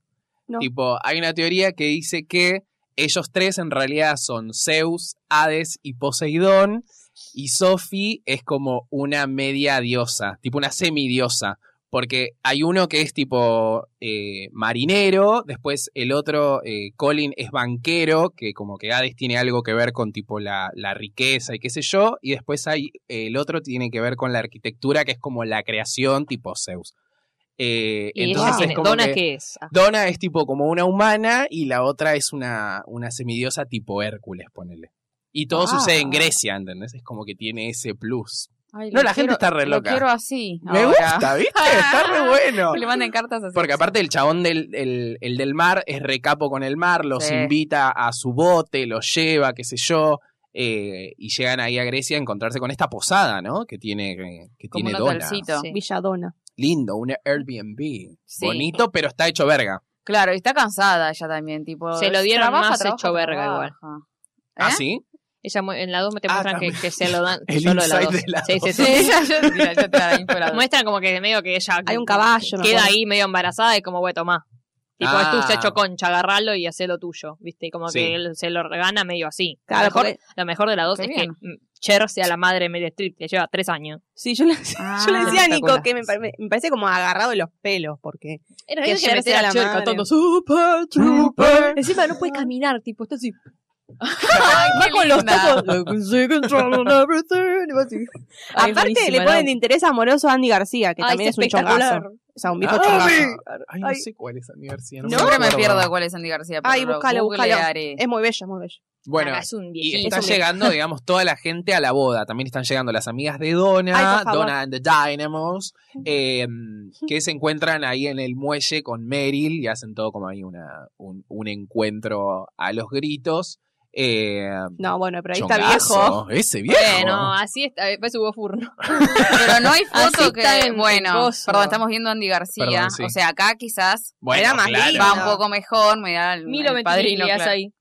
C: No.
A: Tipo, hay una teoría que dice que ellos tres en realidad son Zeus, Hades y Poseidón. Y Sophie es como una media diosa, tipo una semidiosa. Porque hay uno que es tipo eh, marinero, después el otro, eh, Colin, es banquero, que como que Hades tiene algo que ver con tipo la, la riqueza y qué sé yo, y después hay el otro tiene que ver con la arquitectura, que es como la creación tipo Zeus. Eh,
E: Y
A: entonces
E: ella
A: es
E: tiene.
A: como
E: Donna,
A: que-
E: ¿qué es? Ah,
A: Donna es tipo como una humana y la otra es una, una semidiosa tipo Hércules, ponele. Y todo
B: Ah.
A: sucede en Grecia, ¿entendés? Es como que tiene ese plus. No, la gente está re loca.
B: Lo quiero así.
A: Me
B: ahora.
A: gusta, ¿viste? Está re bueno.
B: Que Le manden cartas así.
A: Porque aparte el chabón del, el, el del mar es recapo con el mar, los
B: Sí.
A: invita a su bote, los lleva, qué sé yo, eh, y llegan ahí a Grecia a encontrarse con esta posada, ¿no? Que tiene, que,
B: Como
A: tiene
B: un
A: Donna.
B: hotelcito.
E: Sí.
C: Villadona.
A: Lindo, un Airbnb.
B: Sí.
A: Bonito, pero está hecho verga.
B: Claro, y está cansada ella también, tipo.
E: Se lo dieron
B: trabaja,
E: más
B: trabaja,
E: hecho verga
B: trabaja.
A: ¿Ah,
B: ¿Eh?
A: sí?
E: Ella mu- en la 2 te
A: Ah,
E: muestran que,
A: también.
E: que se lo dan
A: El
E: solo la
A: inside
E: 2.
A: de la
E: Sí, sí,
A: dos.
E: sí.
B: Sí, ya, yo, mira, yo te la info la doy.
E: Muestran como que medio que ella
C: Hay un caballo, me
E: queda
C: acuerdo.
E: ahí medio embarazada y como, güey, tomá. Tipo,
A: Ah.
E: es tu hecho concha, agarralo y hacé lo tuyo, ¿viste? Y como
A: Sí.
E: que él se lo regana medio así.
C: Claro,
E: lo, mejor,
C: porque-
E: lo mejor de la dos
B: Qué
E: es que
B: bien.
E: mm, Cher sea la madre de Meryl Streep, que lleva tres años.
C: Sí, yo le,
B: Ah.
C: yo le decía a Nico
E: espectacular.
C: que me, pare- me parece como agarrado de los pelos, porque
E: Era
C: Que
E: que
C: Cher
E: Cher
C: sea
E: era
C: la
E: Cher
C: madre.
E: cantando Super Trooper. Encima no
B: Ah.
E: puede caminar, tipo, está así.
B: Ay, qué
E: con los
B: linda.
E: tacos. Ay, es
C: Aparte, le
E: buenísima,
C: ponen
E: ¿no?
C: interés amoroso a Andy García, que
E: Ay,
C: también es
E: es
C: un chongazo.
E: espectacular.
C: O sea, un viejo
A: ¡Ami!
C: chongazo.
A: Ay, no
C: Ay.
A: sé cuál es Universidad.
B: Siempre me pierdo cuál es Andy García. pero
C: Ay,
B: lo
C: búscalo, búscalo.
B: googlearé.
C: Es muy bello, muy bello.
A: Bueno,
E: Ah, es un
A: y
E: viejito.
A: está
C: es un-
A: llegando, digamos, toda la gente a la boda. También están llegando las amigas de
C: Ay,
A: Donna,
C: por favor.
A: Donna and the Dynamos, eh, que se encuentran ahí en el muelle con Meryl y hacen todo como ahí una, un, un encuentro a los gritos. Eh,
C: No, bueno, pero ahí
A: chongazo,
C: está viejo.
A: Ese viejo.
E: Bueno, así está. Después hubo furno.
B: Pero no hay
E: Así
B: foto
E: está
B: que.
E: en- en
B: Bueno,
E: coso.
B: perdón, estamos viendo a Andy García.
A: Perdón, sí.
B: O sea, acá quizás
A: Bueno,
C: era más
A: claro.
C: lindo.
B: va un poco mejor. Me da el,
E: Milo
B: el padrino.
E: Ventimiglia
B: claro.
E: ahí.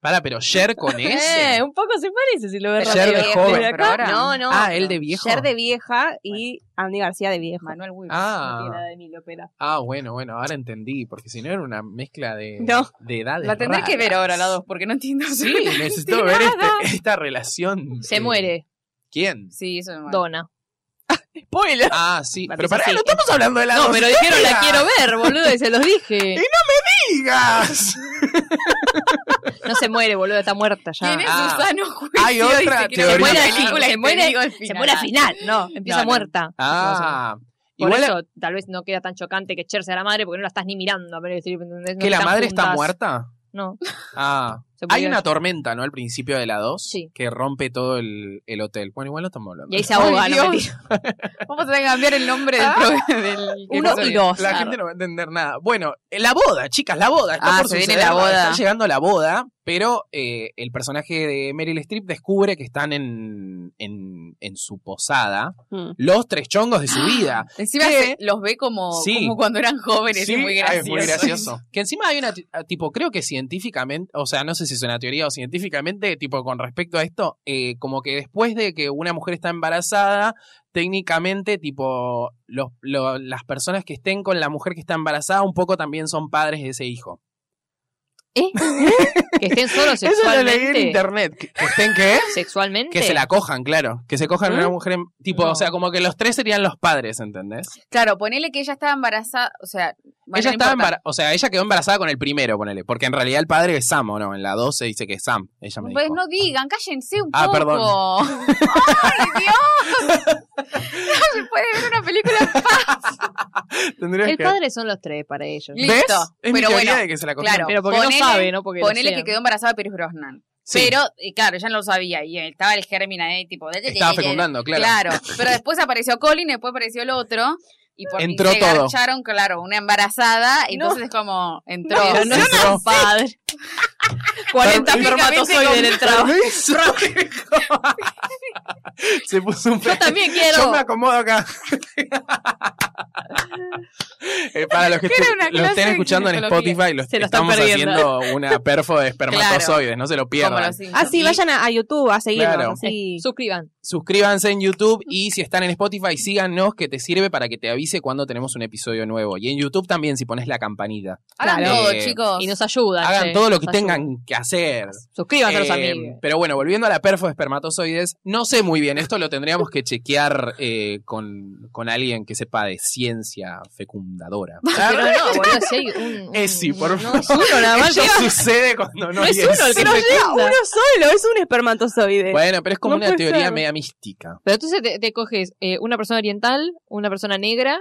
A: Para, pero Cher con ese.
E: Eh, un poco se parece si lo ves
A: Ayer de
E: rápido.
A: joven.
E: Pero
B: Pero ahora-
E: No, no.
A: ah, él de viejo.
C: Cher de vieja y Andy García de viejo.
B: Manuel Wilson.
A: Ah.
E: de Milo, pero.
A: Ah, bueno, bueno, ahora entendí, porque si no era una mezcla de,
C: No.
A: de edades.
B: La tendré que ver ahora, la dos, porque no entiendo.
A: Sí,
B: absolutamente
A: necesito ver este-
B: nada.
A: esta relación.
E: Se
A: eh,
E: muere
A: ¿Quién?
B: Sí, eso me muero.
E: Donna.
C: Spoiler.
A: Ah, sí,
E: La
A: pero
E: pizza
A: pará,
E: sí.
A: no estamos hablando de la
E: No,
A: dos,
E: pero dijeron la
A: ¡Mira!
E: quiero ver, boludo, y se los dije.
A: ¡Digas!
E: No se muere, boludo, está muerta ya.
B: ¿Quién es
A: Ah.
B: Susano Juicio?
A: Hay otra
B: Dice que
A: teoría.
B: no se muere
A: Se
B: película
E: muere,
B: y
E: se
B: te
E: muere,
B: digo el
E: Se
B: final.
E: muere al final, no, empieza
B: No, no.
E: muerta.
A: Ah,
E: Por
A: igual
E: eso tal vez no queda tan chocante que Cher sea la madre porque no la estás ni mirando a Meryl Streep, ¿entendés? No
A: que la
E: están
A: madre está
E: juntas.
A: muerta.
E: No.
A: Ah,
E: se
A: hay
E: murió.
A: una tormenta, ¿no? Al principio de la 2
E: Sí.
A: que rompe todo el, el hotel. Bueno, igual no estamos hablando.
E: Y ahí se ahoga,
B: Ay,
E: no
B: Dios.
E: mentira.
B: Vamos a tener que cambiar el nombre del programa. Del
E: Uno
B: episodio.
E: y dos.
A: La
E: Claro.
A: gente no va a entender nada. Bueno, eh, la boda, chicas, la boda. Está
B: Ah,
A: por
B: se viene
A: suceder,
B: la boda.
A: Está llegando la boda, pero eh, el personaje de Meryl Streep descubre que están en, en, en su posada
C: Mm.
A: los tres chongos de
B: ¡Ah!
A: su vida.
B: Encima
A: ¿Qué?
B: se- los ve como,
A: Sí.
B: como cuando eran jóvenes.
A: Sí,
B: es muy
A: ah,
B: gracioso.
A: gracioso. Que encima hay una, ti- ah, tipo, creo que científicamente, o sea, no sé si es una teoría o científicamente, tipo, con respecto a esto, eh, como que después de que una mujer está embarazada, técnicamente, tipo, los, lo- las personas que estén con la mujer que está embarazada, un poco también son padres de ese hijo.
E: Que estén solos
A: Eso lo leí en
E: sexualmente.
A: internet. ¿Que que estén qué?
E: Sexualmente.
A: Que se la cojan, claro. Que se cojan a una
E: ¿Mm?
A: mujer, en- tipo,
E: No.
A: o sea, como que los tres serían los padres, ¿entendés?
B: Claro, ponele que ella estaba embarazada. O sea, bueno,
A: ella
B: no
A: estaba
B: importa.
A: embarazada, o sea, ella quedó embarazada con el primero, ponele, porque en realidad el padre es Sam, ¿o no? En la 2 se dice que es Sam, ella me
B: Pues
A: dijo.
B: no digan, cállense un
A: Ah,
B: poco. ¡Ay, Dios! No se puede ver una película en paz.
A: Tendrías
E: El padre son los tres para ellos.
B: Listo.
A: ¿Ves? Es mi
B: Pero
A: teoría
B: bueno,
A: de que se la cogieron.
B: claro.
E: Pero porque
B: ponele-
E: no sabe, ¿no? Porque lo
B: Ponele que
E: sean.
B: quedó embarazada Pierce Brosnan.
A: Sí,
B: Pero, eh, claro, ya no lo sabía. Y estaba el germen ahí, tipo. de- de-
A: estaba
B: de- de-
A: fecundando, claro.
B: Claro. Pero después apareció Colin, después apareció el otro. Y por
A: Entró
B: y se
A: todo.
B: garcharon, claro, una embarazada. y
C: No.
B: Entonces es como, entró.
E: Pero no
A: Entró.
E: son padres. 40
A: Pero-
E: espermatozoides en el trabajo.
A: Permiso, dijo. se puso un
E: Yo
A: pe-
E: también quiero.
A: Yo me acomodo acá. Eh, para los que
B: Era
A: estu-
B: una
A: lo
B: clase
A: estén
B: de
A: escuchando en
B: ginecología.
A: Spotify, lo
E: Se lo están
A: estamos
E: perdiendo.
A: haciendo una perfo de espermatozoides, no se lo
B: como
A: pierdan.
B: los Simpsons.
C: Ah, sí,
B: Y-
C: vayan a, a YouTube a seguirnos.
A: Claro.
C: así.
E: Suscriban.
A: Suscríbanse en YouTube y si están en Spotify, síganos que te sirve para que te avise cuando tenemos un episodio nuevo. Y en YouTube también si pones la campanita.
B: Hagan
A: Claro.
B: todo,
A: Eh,
B: chicos.
E: Y nos ayudan.
A: Hagan
E: che,
A: todo lo que
E: nos
A: tengan
E: ayudan.
A: que hacer.
E: Suscríbanse a los
A: Eh,
E: amigos.
A: pero bueno, volviendo a la perfo de espermatozoides, no sé muy bien, esto lo tendríamos que chequear eh, con, con alguien que sepa de ciencia fecundadora.
E: Pero no, boludo, si hay un. un-
A: Esi, Eh, por
E: no,
A: favor.
E: es uno nada más.
A: Eso
E: llega-
A: sucede cuando no,
E: No es
A: hay
E: uno el que
A: ese.
C: Pero llega
E: fecunda.
C: Ah, uno solo, es un espermatozoide.
A: Bueno, pero es como
C: No
A: una
C: puede
A: teoría
C: ser.
A: media mística.
E: Pero entonces te, te coges eh, una persona oriental, una persona negra,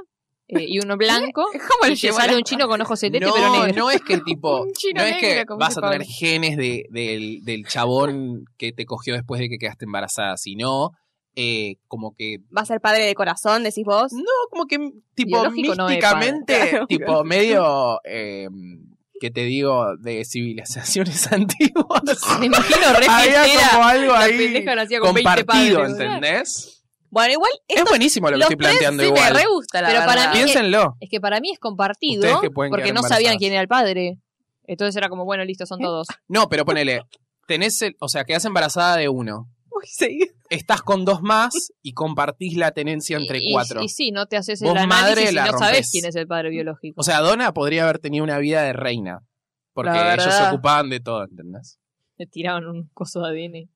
E: eh, y uno blanco.
B: ¿Cómo
E: y
B: lo
E: te
B: llevo?
E: sale
B: la-
E: un chino con ojos celeste,
A: no,
E: pero negro.
A: no es que tipo,
E: Un chino
A: no es que
E: negro, como
A: vas
E: dice
A: a tener
E: Pablo.
A: genes de- del, del chabón que te cogió después de que quedaste embarazada, sino eh, como que
C: ¿Va a ser padre de corazón, decís vos?
A: no, como que tipo
E: Biológico no de padre.
A: místicamente, tipo medio eh, que te digo de civilizaciones antiguas.
E: Me imagino re
A: Había
E: fiestera,
A: como algo
E: la
A: ahí
E: pendeja nacía con 20
A: compartido,
E: padres.
A: ¿entendés?
C: Bueno, igual
A: Es
C: esto
A: buenísimo lo que
C: los
A: estoy planteando
B: Sí,
A: igual.
B: me re gusta la
E: Pero para
B: verdad.
E: mí-
A: Piénsenlo.
E: Es que para mí es compartido
A: Ustedes que pueden
E: porque
A: quedar
E: no sabían
A: embarazadas.
E: quién era el padre. Entonces era como, bueno, listo,
C: Eh,
E: son todos.
A: No, pero ponele, tenés el, o sea, quedás embarazada de uno.
C: Uy, sí.
A: Estás con dos más y compartís la tenencia entre
E: Y- y-
A: cuatro.
E: Y, sí, no te haces
A: Vos,
E: el análisis
A: madre,
E: y
A: la
E: no sabes
A: rompés.
E: quién es el padre biológico.
A: O sea, Donna podría haber tenido una vida de reina. Porque
B: La
A: ellos se
B: verdad.
A: ocupaban de todo, ¿entendés?
E: Le tiraban un coso de
A: Eh,
E: ADN.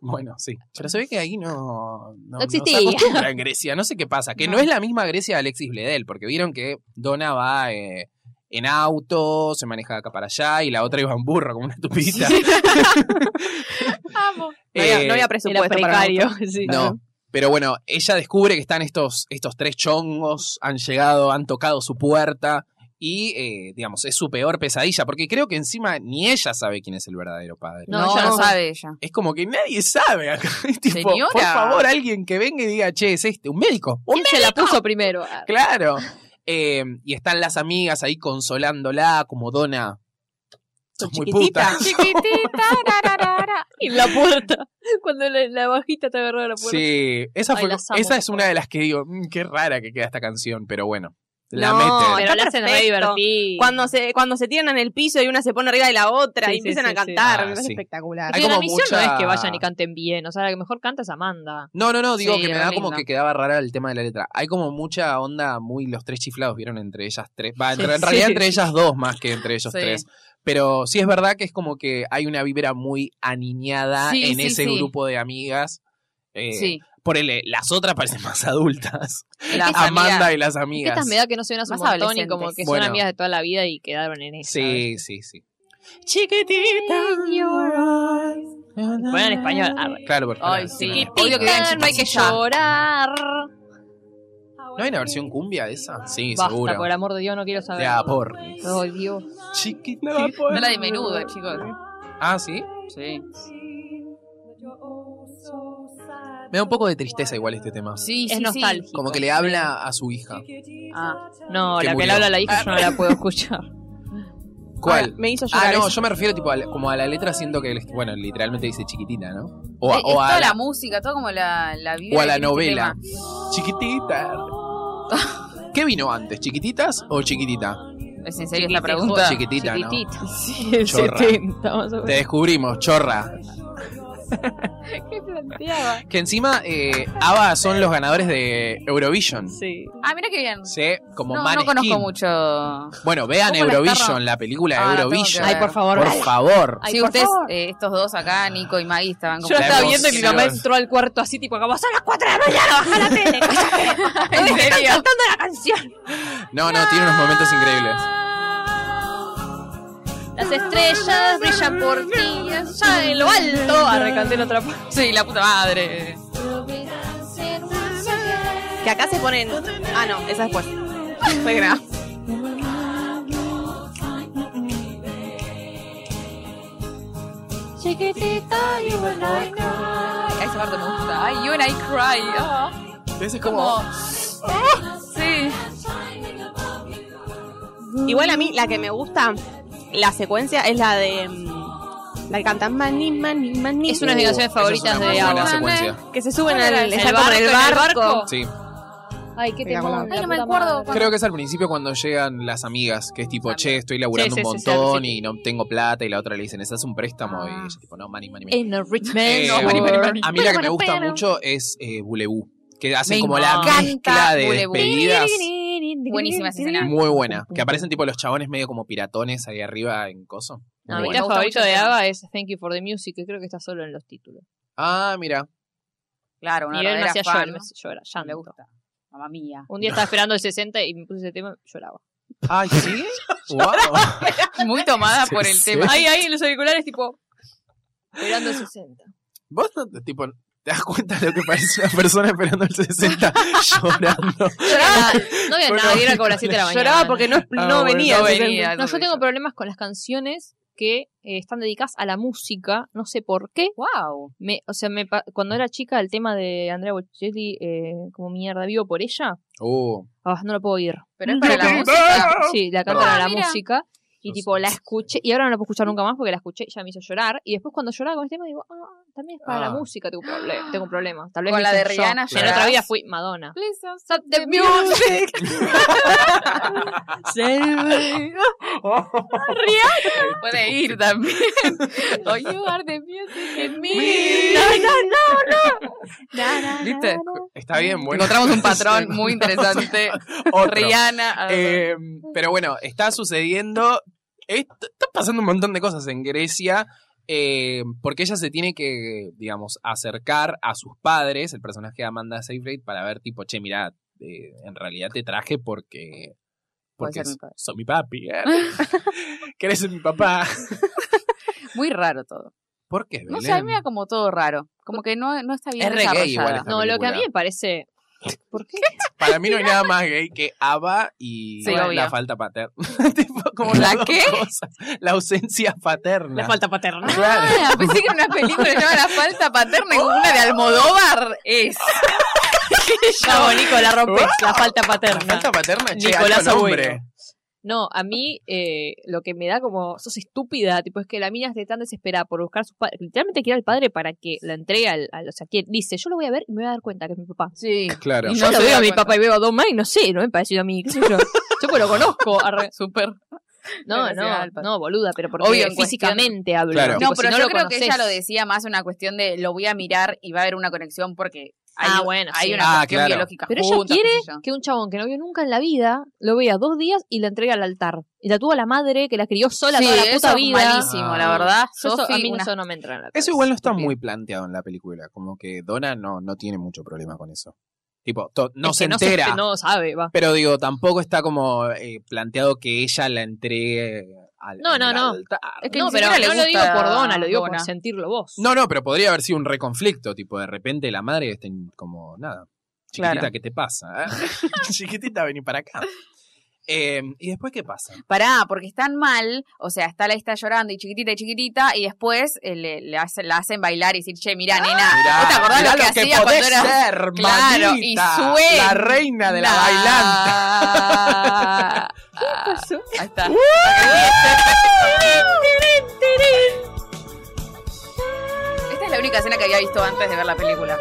A: Bueno, sí. Pero se ve que ahí no, no, no
E: existía.
A: se acostumbra en Grecia. No sé qué pasa. Que no,
E: No.
A: es la misma Grecia de Alexis Bledel, porque vieron que Donna va eh, en auto, se maneja de acá para allá, y la otra iba en burro, como una estupidita.
C: No había, no había
A: Eh,
E: Era
C: presupuesto para
E: precario. sí.
A: No. Pero bueno, ella descubre que están estos, estos tres chongos, han llegado, han tocado su puerta y, eh, digamos, es su peor pesadilla, porque creo que encima ni ella sabe quién es el verdadero padre.
E: No,
B: No,
E: ella
B: ella
E: no.
B: no sabe ella.
A: Es como que nadie sabe acá. Es tipo,
B: Señora.
A: por favor, alguien que venga y diga, che, es este, un médico. Un
E: ¿Quién se la puso primero? Ah,
A: Claro. Eh, y están las amigas ahí consolándola, como Donna. Sos muy puta.
B: Chiquitita, rararara.
E: En la puerta. Cuando la, la bajita te agarró la puerta.
A: Sí, esa,
E: Ay,
A: fue,
E: las amo,
A: esa es
E: por
A: una de las que digo, "Mm, qué rara que queda esta canción, pero bueno, la
C: No,
A: meten.
E: Pero
C: Está
E: la hacen re
C: perfecto.
E: divertida.
C: Cuando se, cuando se tiran en el piso y una se pone arriba de la otra
E: Sí,
C: y
E: sí,
C: empiezan
E: sí,
C: a
E: sí.
C: cantar.
A: Ah,
C: me parece
A: sí.
C: espectacular.
A: Hay
E: Pero la
A: como
E: misión no
A: mucha-
E: es que vayan y canten bien. O sea, la que mejor canta es Amanda.
A: No, no, no, digo
B: Sí,
A: que me
B: re
A: da como
B: linda.
A: que quedaba rara el tema de la letra. Hay como mucha onda muy los tres chiflados, vieron entre ellas tres. Va, entre-
E: Sí,
A: en realidad
E: sí.
A: entre ellas dos más que entre ellos
B: Sí.
A: tres. Pero sí es verdad que es como que hay una vibra muy aniñada
B: Sí,
A: en
B: sí,
A: ese
B: sí.
A: grupo de amigas. Eh,
B: Sí.
A: Por el, las otras parecen más adultas.
B: Las
A: Amanda
B: amigas.
A: y las
E: Es que
A: amigas.
E: estas me da que no se ven hace un
B: Más
E: montón y como que
B: adolescentes.
E: son
A: Bueno.
E: amigas de toda la vida y quedaron en eso.
A: Sí, sí, sí. Chiquitita.
E: Ponen en español. ah, bueno.
A: Claro, por favor.
B: Ay, sí.
A: Claro.
B: Obvio que
E: Chiquitita,
B: canción
E: no hay que
B: más allá.
E: llorar.
A: ¿No hay una versión cumbia de esa? Sí,
E: Basta,
A: seguro.
E: por amor de Dios, no quiero saber.
A: Ya, por.
E: Oh, Dios.
A: Chiquitita.
B: No la de menudo, chicos.
A: Ah, sí.
B: Sí.
A: Me da un poco de tristeza igual este tema.
B: Sí,
E: Es
B: sí,
E: nostálgico.
A: Como que le habla a su hija.
B: sí. Ah,
E: No,
A: Que
E: la que
A: murió.
E: le habla a la hija yo no la puedo escuchar.
A: ¿Cuál?
C: Me hizo
A: Ah,
C: llorar.
A: no,
C: eso.
A: yo me refiero tipo a la- como a la letra siento que, les- bueno, literalmente dice chiquitita, ¿no? O a,
B: Eh, es, es
A: o a
B: toda la
A: la,
B: música, toda como la, la vibra
A: o a
B: que
A: la
B: tiene este
A: novela.
B: tema.
A: Chiquitita. ¿Qué vino antes, chiquititas o chiquitita?
B: ¿Es en serio esta
E: Chiquitita,
B: pregunta?
A: Chiqui- Chiquitita, ¿no?
E: Chiquitita.
A: Sí, el 70. Te descubrimos, chorra.
E: ¿Qué planteaba?
A: Que encima, eh, ABBA son los ganadores de Eurovision.
E: Sí.
B: Ah, mira qué bien.
A: Sí, como
B: no, no
A: Maneskin.
B: conozco mucho.
A: Bueno, vean
B: ¿Cómo la
A: Eurovision,
B: está
A: la, película de
B: Ah, la tengo que
A: Eurovision.
E: Ay, por favor.
A: Por favor.
E: Ay,
B: sí,
E: por
B: ustedes,
E: favor.
B: eh, estos dos
A: Ah.
B: acá, Nico y Maggie, estaban
E: Yo
B: como.
E: lo
A: La
E: estaba viendo y mi
A: emoción.
E: mamá entró al cuarto así, tipo, acá son las 4 de la mañana, baja la tele, cállate.
B: ¿En serio?
E: cantando la canción.
A: No, no, tiene unos momentos increíbles.
E: Las estrellas brillan por ti, allá en lo alto. Ah, recanté la otra parte.
B: Sí, la puta madre.
C: Que acá se ponen. Ah, no, esa después. Fue grave.
B: Ay, esa parte me gusta. Ay, you and I cry. Ah,
A: Entonces es
B: como.
A: como...
B: Ah, sí.
C: Igual a mí, la que me gusta, la secuencia es la de. mm, La que cantan Mani, Mani, Mani.
E: Es una de mis canciones
A: esa es
E: favoritas
A: una
E: de
A: muy buena
E: ABBA.
A: secuencia.
C: que se suben al
B: ¿El
C: están
E: barco,
C: como en
E: en el barco?
A: Sí.
E: Ay, qué temón.
B: Ay,
E: la
B: no me
E: puta
B: acuerdo
E: madre.
B: cuál-
A: Creo que es al principio cuando llegan las amigas, que es tipo, che, estoy laburando
E: Sí,
A: un
E: sí, sí, sí, al
A: montón
E: principio.
A: y no tengo plata, y la otra le dicen, necesitas un préstamo, y
B: Ah.
A: ella tipo, no, money, money, money.
E: En a rich
A: Eh,
E: man's
B: mani, mani,
E: world.
B: mani.
A: A mí la que me
B: Pero,
A: gusta
B: pero.
A: mucho es eh, Bulebú, que hacen
B: Me
A: como la
B: encanta
A: mezcla de
B: Bulebú.
A: despedidas
B: Buenísima esa escena.
A: muy buena. Que aparecen tipo los chabones medio como piratones ahí arriba en coso.
E: No,
A: Muy
E: mi
B: mira.
A: buena.
E: tema
B: Me gusta
E: favorito
B: mucho
E: de
B: ese tema.
E: ABBA es Thank You for the Music, que creo que está solo en los títulos.
A: Ah, mira.
B: Claro, una
E: Y él me
B: verdadera
E: hacía
B: fan.
E: llorar, me hacía llorar,
B: No le
E: llanto.
B: gusta. Mamá mía.
E: Un día estaba esperando el 60 y me puse ese tema, lloraba.
A: Ay, ¿sí? wow.
B: Muy tomada
A: Sí,
B: por el
A: sí.
B: tema.
E: Ahí, ahí, en los auriculares, tipo, esperando el 60.
A: Vos, no- tipo, ¿Te das cuenta de lo que parece una persona esperando el 60 llorando?
E: Lloraba, no había
A: Bueno,
E: nadie, era como las 7 de la mañana.
C: Lloraba porque no,
A: Ah,
C: no
A: bueno,
C: venía.
A: no
C: entonces-
B: venía.
E: No, yo tengo problemas con las canciones que eh, están dedicadas a la música, no sé por qué.
B: Wow.
E: Me, o sea, me, pa- cuando era chica, el tema de Andrea Bocelli, eh, como mierda, vivo por ella,
A: Uh,
E: ah, no lo puedo oír.
B: Pero es para la
A: Yo
B: música.
E: Sí, la cantan
B: Ah,
E: a la
B: mira.
E: música. Y
A: Yo
E: tipo,
A: sé.
E: la escuché, y ahora no la puedo escuchar nunca más porque la escuché y ya me hizo llorar. Y después cuando lloraba con el tema, digo, ah, también es para
A: Ah.
E: la música, tengo, problema, tengo un problema. Tal vez
B: Con
E: lo
B: la de
E: hice yo.
B: Rihanna
E: En
A: llorás.
E: otra vida fui Madonna.
B: Please don't
E: Stop
B: stop the
E: the
B: music. Puede ir también. Oh, you are the music in me. No, no, ¿Viste?
A: está bien, bueno.
B: Encontramos un patrón muy interesante.
A: Otro.
B: Rihanna. ah,
A: Eh, pero bueno, está sucediendo. Está está pasando un montón de cosas en Grecia. eh, porque ella se tiene que, digamos, acercar a sus padres, el personaje de Amanda Seyfried, para ver, tipo, che, mirá, eh, en realidad te traje porque.
B: Puede
A: Porque
B: ser mi
A: s-
B: padre.
A: sos mi papi. ¿eh? Querés ser mi papá.
B: Muy raro todo.
A: ¿Por qué,
B: No
A: Belén?
B: sé, a mí me da como todo raro. Como que no, no está bien
A: Es re
B: desarrollada.
A: gay igual esta
E: No, lo que a mí
A: película.
E: me parece. ¿Por qué?
A: Para mí no hay nada más gay que Ava y
B: Sí,
A: la
B: obvio.
A: falta paterna. Tipo, como
B: ¿La
A: las dos
B: qué?
A: cosas. La ausencia paterna.
C: La falta paterna.
A: Claro.
B: Ah, pensé que era una película que se llama La Falta Paterna y como una de Almodóvar es.
C: Vamos, Nico, la
B: ¡Oh!
C: rompes. La falta paterna.
A: La falta paterna, che,
C: Nicolás
A: alto nombre.
C: Abuelo.
E: No, a mí eh, lo que me da como, sos estúpida, tipo, es que la mina esté tan desesperada por buscar a sus padres. Literalmente quiere al padre para que la entregue al, al- o sea, que dice, yo lo voy a ver y me voy a dar cuenta que es mi papá.
B: Sí.
A: Claro.
B: Y
E: Yo
B: no
E: lo
B: se
E: veo
B: da
E: a mi
B: cuenta.
E: papá y veo a Don May, no sé, no me parece a mí, qué sé yo. Yo pues lo conozco. arre.
B: Súper.
E: No,
B: Pero sí,
E: no,
B: Alpa.
E: no, boluda, pero porque
B: Obvio, en
E: físicamente hablo.
A: Claro.
E: tipo,
B: No, pero
E: si no
B: yo
E: lo
B: creo que ella
E: conoces-
B: lo decía más una cuestión de lo voy a mirar y va a haber una conexión porque hay,
E: Ah, bueno,
B: hay
E: sí.
B: una
A: Ah,
B: cuestión
A: claro.
B: biológica.
E: Pero ella
B: juntas, qué
E: quiere
B: sé yo.
E: que un chabón que no vio nunca en la vida lo vea dos días y la entrega al altar. Y la tuvo a la madre que la crió sola
B: Sí,
E: toda la
B: eso
E: puta
B: es
E: vida.
B: malísimo,
A: Ah.
B: la verdad.
E: Yo eso- a
B: Sofi,
E: mí
B: una-
E: eso no me entra en la
A: Eso
E: cabeza.
A: igual no está
E: Estúpido.
A: muy planteado en la película. Como que Donna no, no tiene mucho problema con eso. Tipo, to- no
E: Es
A: se
E: que
A: entera.
E: No sabe, va.
A: Pero digo, tampoco está como eh, planteado que ella la entregue al
E: No, no,
A: al
E: no.
A: altar.
B: Es que
E: no,
B: ni
E: pero
B: siquiera le
E: no lo digo
B: gusta
E: por Dona, lo digo
B: Donna.
E: por sentirlo vos.
A: No, no, pero podría haber sido un reconflicto. Tipo, de repente la madre está en- como, nada, chiquitita,
B: Claro.
A: ¿qué te pasa? eh? chiquitita, vení para acá. Eh, ¿Y después qué pasa?
B: Pará, porque están mal, o sea, está la está llorando y chiquitita y chiquitita, y después eh, le, le hace- la hacen bailar y decir, che, mirá,
E: Ah,
B: nena, Ah, ¿vos te acordás
A: mirá
B: lo que, hacía cuando
A: podés
B: era
A: ser,
B: Claro, y
A: mamita,
B: suena.
A: La reina de la bailanta.
B: bailanta. Ahí está. Esta es la única escena que había visto antes de ver la película.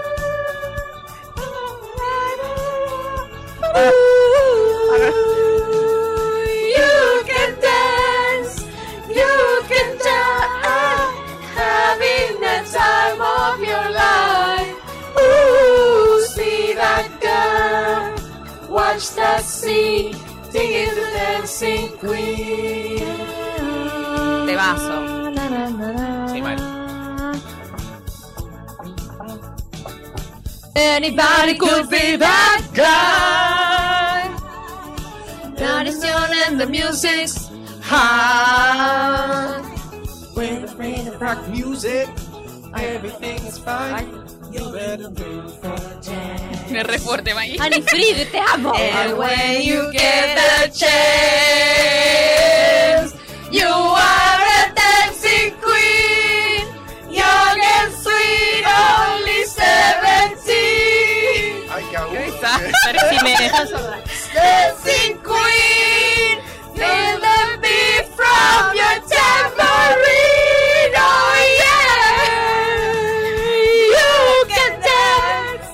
B: Temazo.
A: Sí, mal.
E: Anybody could be that
B: Me re fuerte, May.
E: Annie Fried, te amo.
D: when you
B: get the chance. You are a dancing queen, young and sweet, only 17.
A: Ay, qué
E: Si me dejas
B: Dancing queen, feel the beat from your tambourine. Oh yeah, you can dance,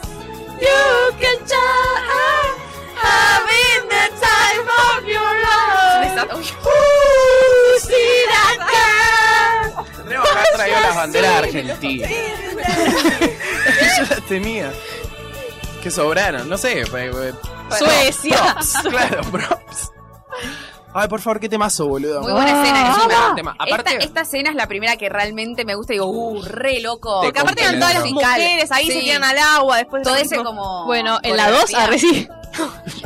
B: you can dance, having the time of your life. Ooh, see that girl?
A: Tenemos que haber traído las banderas argentinas. Yo las tenía. Que sobraron, no sé. fue- fue-
E: Suecia.
A: props, claro, props. Ay, por favor, qué temazo, boludo.
B: Muy buena escena,
A: Es un
B: encima.
A: gran tema. Aparte,
B: esta, esta escena es la primera que realmente me gusta y digo, uh, re loco.
A: Te
B: Porque aparte eran
A: compra el
B: todas las
A: alma.
B: musicales,
C: mujeres ahí
B: sí.
C: se tiran al agua después
B: Todo
C: de
B: ese como.
E: Bueno, en la 2
B: coreografía.
E: recién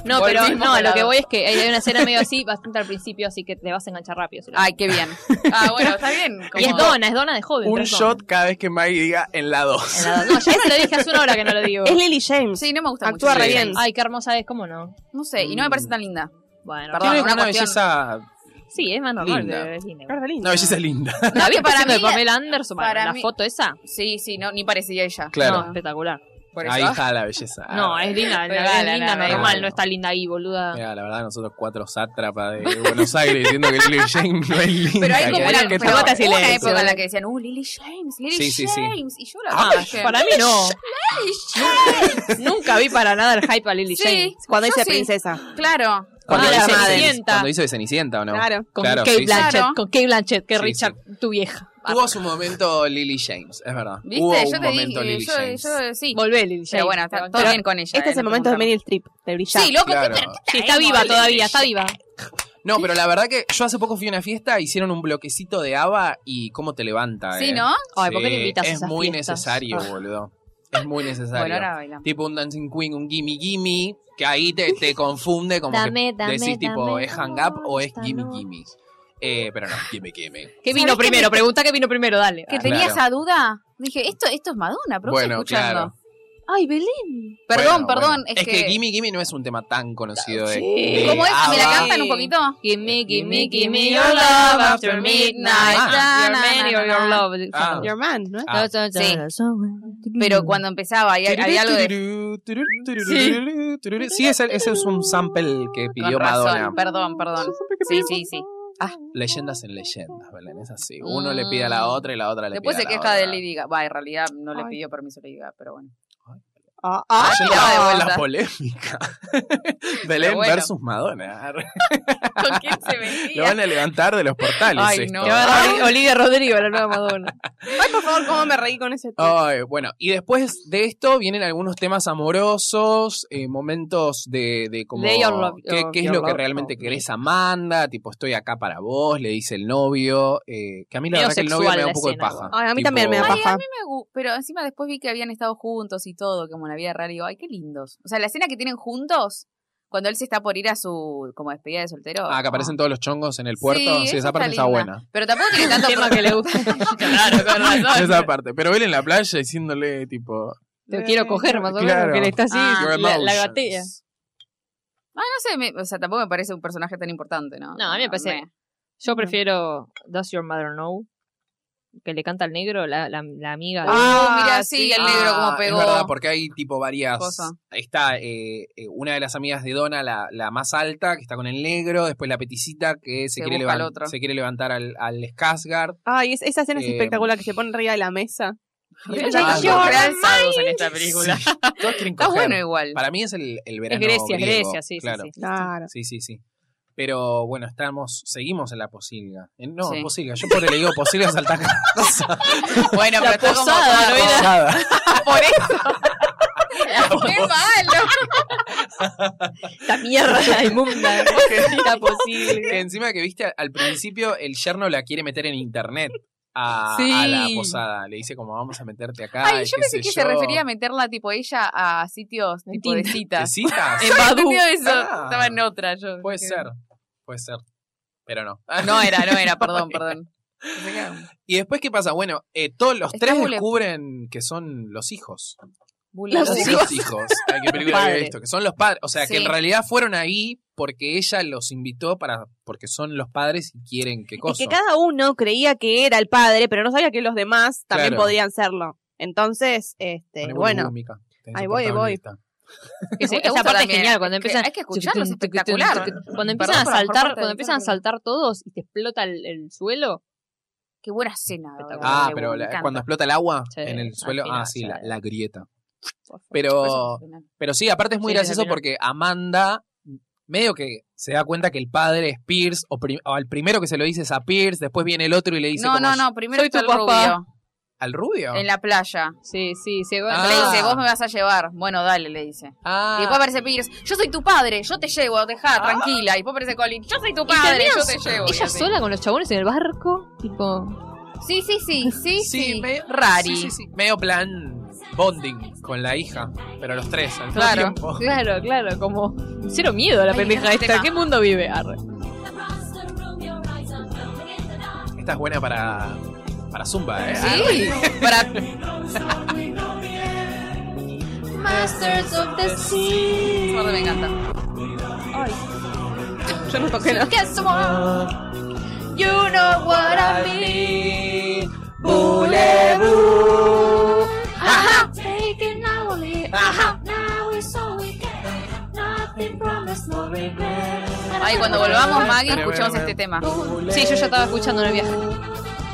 E: No, pero
B: Volvimos
E: no,
B: a la
E: lo que
B: dos.
E: voy es que hay hay una escena medio así, bastante al principio, así que te vas a enganchar rápido. si no.
B: Ay, qué bien. Ah, bueno, está bien.
E: y es
B: como-
E: dona, es dona de joven.
A: Un
E: pero es
A: shot cada vez que Maggie diga en la 2.
E: dona. En la- No, ya se lo dije hace una hora que no lo digo.
C: Es Lily James.
B: Sí, no me gusta
C: Actúa
B: mucho.
A: re
B: Sí.
C: bien.
E: Ay, qué hermosa es, ¿cómo no?
B: No sé, y no me
A: Mm.
B: parece tan linda.
E: Bueno,
B: Perdón,
A: Tiene
B: una
A: una
B: cuestión-
A: belleza.
E: Sí, es más normal.
A: Linda.
E: pero es linda.
C: Claro, linda.
A: Una belleza linda.
E: ¿La viste
B: para
E: para mí, de
B: mí-
E: Pamela Anderson? Bueno,
B: para
E: la
B: mí-
E: foto esa.
B: Sí, sí, no, ni parecía ella.
E: No,
A: Claro. Ah,
E: espectacular.
B: Por eso.
A: Ahí está la belleza.
E: No, es linda,
B: Pero
E: la- es
B: eh, la-
E: linda
B: la-
E: normal,
A: la-
E: no está linda ahí, boluda.
A: Mira, la verdad, nosotros cuatro sátrapas de Buenos Aires diciendo que Lily James no es linda.
B: Pero hay como
A: que-
B: una,
A: que
B: pero
A: estaba-
B: hubo una
E: silencio.
B: época en la que decían, uh, Lily James, Lily
A: Sí, sí, sí.
B: James. Y yo la
E: Ah,
B: verdad
E: para mí no. Nunca vi para nada el hype a Lily
B: Sí.
E: James.
C: Cuando
B: Yo
C: dice
B: sí.
C: princesa.
B: Claro.
A: Cuando,
E: Ah,
A: hizo
E: la
A: de
E: madre.
A: Cenicienta. cuando hizo de Cenicienta, ¿o no?
C: Claro.
E: Con
A: Claro,
E: Kate
A: sí, sí.
E: Blanchett,
B: Claro.
E: con Kate Blanchett, que
A: Sí,
E: Richard, tu vieja. Ah,
A: Tuvo su momento Lily James, es verdad.
B: ¿Viste?
A: Hubo
B: yo
A: un
B: te
A: momento
B: dije,
A: Lily
B: yo,
A: James.
B: yo- sí.
E: Volvé, Lily
B: Pero
E: James.
B: bueno,
E: Te
B: está
E: bancamos.
B: todo bien con ella.
C: Este es
B: eh,
C: el
B: no
C: momento de
B: preguntamos.
C: Meryl Streep, de brillar.
B: Sí, loco,
A: Claro.
B: estoy perdida,
E: Sí, está
B: eh,
E: viva
B: Lily
E: todavía, está
B: James.
E: viva.
A: No, pero la verdad que yo hace poco fui a una fiesta, hicieron un bloquecito de haba y cómo te levanta.
B: Sí,
A: eh.
B: ¿no?
E: Ay, ¿por qué le invitas a
A: Es
E: esas
A: muy
E: fiestas?
A: necesario,
E: Ah.
A: boludo. Es muy necesario.
B: Bueno, ahora bailamos.
A: tipo un Dancing Queen, un Gimme Gimme, que ahí te, te confunde como
E: Dame,
A: que
E: dame,
A: decís tipo,
E: dame
A: ¿es Hang Up o es
E: esta
A: Gimme
E: noche?
A: Gimme? Eh, pero no, Gimme Gimme.
E: ¿Qué vino
B: ¿Sabés que
E: primero?
B: me-
E: Pregunta qué vino primero, dale.
B: Que
A: Ah,
B: tenía
A: claro.
B: esa duda. Dije, esto, esto es Madonna, pero
A: Bueno,
B: estoy escuchando.
A: claro.
E: Ay, Belén.
B: Perdón,
A: Bueno,
B: perdón.
A: bueno.
B: Es, que,
A: Gimme Ah, Gimme no es un tema tan conocido de,
E: Sí.
A: de
B: ¿Cómo es? ¿Me la
A: ABBA.
B: cantan un poquito?
E: Gimme, gimme,
A: gimme,
E: gimme
A: gimme
E: your love after midnight.
B: Ah.
E: Your man or your love.
A: Ah.
C: Your man, ¿no?
A: Ah.
B: Sí. Pero cuando empezaba había, había algo de...
A: Sí. Sí, ese, ese es un sample que pidió
B: Con razón,
A: Madonna.
B: Perdón, perdón. Sí, sí, sí.
A: Ah, Leyendas en leyendas, Belén, es así. Uno le pide a la otra y la otra le
B: Mm. Después
A: pide
B: se
A: a la
B: queja de
A: otra.
B: Lady Gaga. Va, en realidad no le
C: Ay.
B: pidió permiso a Lady Gaga, pero bueno.
C: Ah, ah.
A: Ayer
B: mirá, de
A: estaba en la
B: vuelta.
A: polémica. Belén
B: Pero bueno.
A: versus Madonna.
B: ¿Con quién se
A: Lo van a levantar de los portales.
B: Ay,
A: esto.
B: no.
E: Que va a dar Olivia Rodrigo, la nueva Madonna.
C: Ay, por favor, cómo me reí con ese tío.
A: Ay, bueno, y después de esto vienen algunos temas amorosos, eh, momentos de, de como
E: Lay your love-
A: qué,
E: your-
A: qué es
E: your
A: lo que
E: love
A: realmente
E: on
A: querés Amanda, tipo estoy acá para vos, le dice el novio, eh, que a mí la
E: Medio
A: verdad que el novio
E: sexual
A: me da un
E: la
A: poco de
E: escena,
A: paja.
C: Ay, a mí
A: Tipo, ah,
C: también me da paja.
B: Pero encima después vi que habían estado juntos y todo, como en la vida real. Digo, ay, qué lindos. O sea, la escena que tienen juntos, cuando él se está por ir a su como despedida de soltero.
A: Ah, que aparecen todos los chongos en el
B: Sí,
A: puerto. Sí,
B: esa
A: esa parte está,
B: linda.
A: buena.
B: Pero tampoco tiene tanto
E: Tema que le gusta.
B: Claro, con razón.
A: Esa parte. Pero él en la playa diciéndole, tipo.
E: Te quiero coger, más o menos,
A: Claro.
E: que le está así,
B: Ah,
A: "Your
E: la, la
A: emotions".
E: gatilla.
B: Ah, no sé, me- o sea, tampoco me parece un personaje tan importante, ¿no?
E: No, a mí me parece-
B: Mm.
E: Yo prefiero Does Your Mother Know? Que le canta al negro, la, la, la amiga. de-
B: Ah,
C: Ah,
B: mira, sí,
C: sí.
B: el negro
A: Ah,
B: como pegó.
A: Es verdad, porque hay tipo varias.
B: Cosa.
A: Está eh, eh, una de las amigas de Donna, la, la más alta, que está con el negro. Después la peticita, que se,
B: Que
A: quiere,
B: busca al
A: levan-
B: otro.
A: se quiere levantar al, al Skarsgård.
C: Ay, es- esa escena es
A: Eh,
C: espectacular que se pone arriba de la mesa.
A: Ay,
B: Ay,
A: ah,
B: yo-
A: no.
B: gracias.
E: en esta
A: película. Todos quieren
B: Está
A: coger.
B: bueno igual.
A: Para mí es el, el verano.
E: Es Grecia, es
A: griego,
E: Grecia, sí, sí,
A: claro.
E: sí.
C: Claro.
A: Sí, sí, sí. Pero bueno, estamos, seguimos en la posilga. Eh, No,
B: Sí.
A: posilga. Yo por le digo posilga salta
B: Bueno,
E: La
B: pero está como
E: posada,
B: toda
E: ¿no?
B: roja.
A: posada.
B: Por eso. Qué malo.
E: Esta mierda inmunda. Era
A: Que
E: posible.
A: encima que viste al principio, el yerno la quiere meter en internet a,
E: Sí.
A: a la posada. Le dice como vamos a meterte acá.
B: Ay,
A: y
B: yo
A: qué
B: pensé
A: sé
B: que
A: yo.
B: se refería a meterla tipo ella a sitios tipo de
A: ¿Te
B: citas.
A: citas?
E: En Badoo.
B: Entendió eso.
A: Ah.
B: Estaba en otra yo.
A: Puede
B: Que-
A: ser, puede ser. Pero no.
B: No era, no era, perdón, perdón. Pensé que-
A: ¿Y después qué pasa? Bueno, eh, todos los
B: Está
A: tres
B: bule-
A: descubren que son los hijos.
B: Buleros.
A: Los hijos. Ay, qué película había
E: padres.
A: visto. Que son los padres. O sea, que
B: Sí.
A: en realidad fueron ahí porque ella los invitó para. Porque son los padres y quieren que
C: Es
A: cosa.
C: que cada uno creía que era el padre, pero no sabía que los demás también
A: Claro.
C: podrían serlo. Entonces, este, bueno. Ahí voy, ahí voy.
E: Ese-
B: Me gusta
E: esa parte es
B: también.
E: genial. Cuando
B: Es que
E: empiezan,
B: Hay que escucharlo, es espectacular.
E: cuando
B: Perdón
E: empiezan
B: por
E: a
B: la
E: saltar,
B: forma de
E: cuando empiezan a saltar todos y te explota el, el suelo.
B: Qué buena escena. la verdad.
A: Ah,
B: Me
A: pero la-
B: encanta.
A: cuando explota el agua
E: Sí,
A: en el
E: al
A: suelo.
E: final,
A: ah, sí,
E: sí.
A: la, la grieta.
E: Por favor.
B: Por eso
A: Pero,
B: es genial.
A: pero sí, aparte es muy
E: Sí, sí, al
A: gracioso
E: final.
A: porque Amanda medio que se da cuenta que el padre es Pierce, o, pri- o al primero que se lo dice es a Pierce, después viene el otro y le dice
B: No,
A: como,
B: no, no, primero
E: Soy
B: está el
E: tu papá.
B: rubio
A: al rubio.
B: en la playa.
E: Sí, sí, sí.
A: Ah.
B: Le dice, vos me vas a llevar. Bueno, dale, le dice.
A: Ah.
B: Y después aparece Pierce, yo soy tu padre, yo te llevo, dejá,
E: Ah.
B: tranquila. Y después aparece Colin, yo soy tu padre, yo te llevo. Y
E: Ella
B: así.
E: sola con los chabones en el barco, tipo.
B: Sí, sí, sí, sí, sí.
A: medio-
B: Rari.
A: sí, sí, sí. Medio plan bonding con la hija, pero los tres al mismo
B: Claro.
A: tiempo.
E: Claro, claro, como cero miedo la
B: Ay,
E: pendeja
B: este
E: esta.
B: tema.
E: ¿Qué mundo vive? Arre.
A: Esta es buena para, para Zumba, ¿eh?
B: Sí,
E: Ah.
B: para
D: Masters of the Sea.
B: Sordo me encanta.
C: Yo no toqué nada.
D: You know what I mean. Boulevou. Aha. Taking our lead. Aha. Now it's all we get. Nothing promised, no regret.
B: Ay, cuando volvamos, Maggie, escuchamos este tema.
E: Sí, yo ya estaba escuchando en el viaje.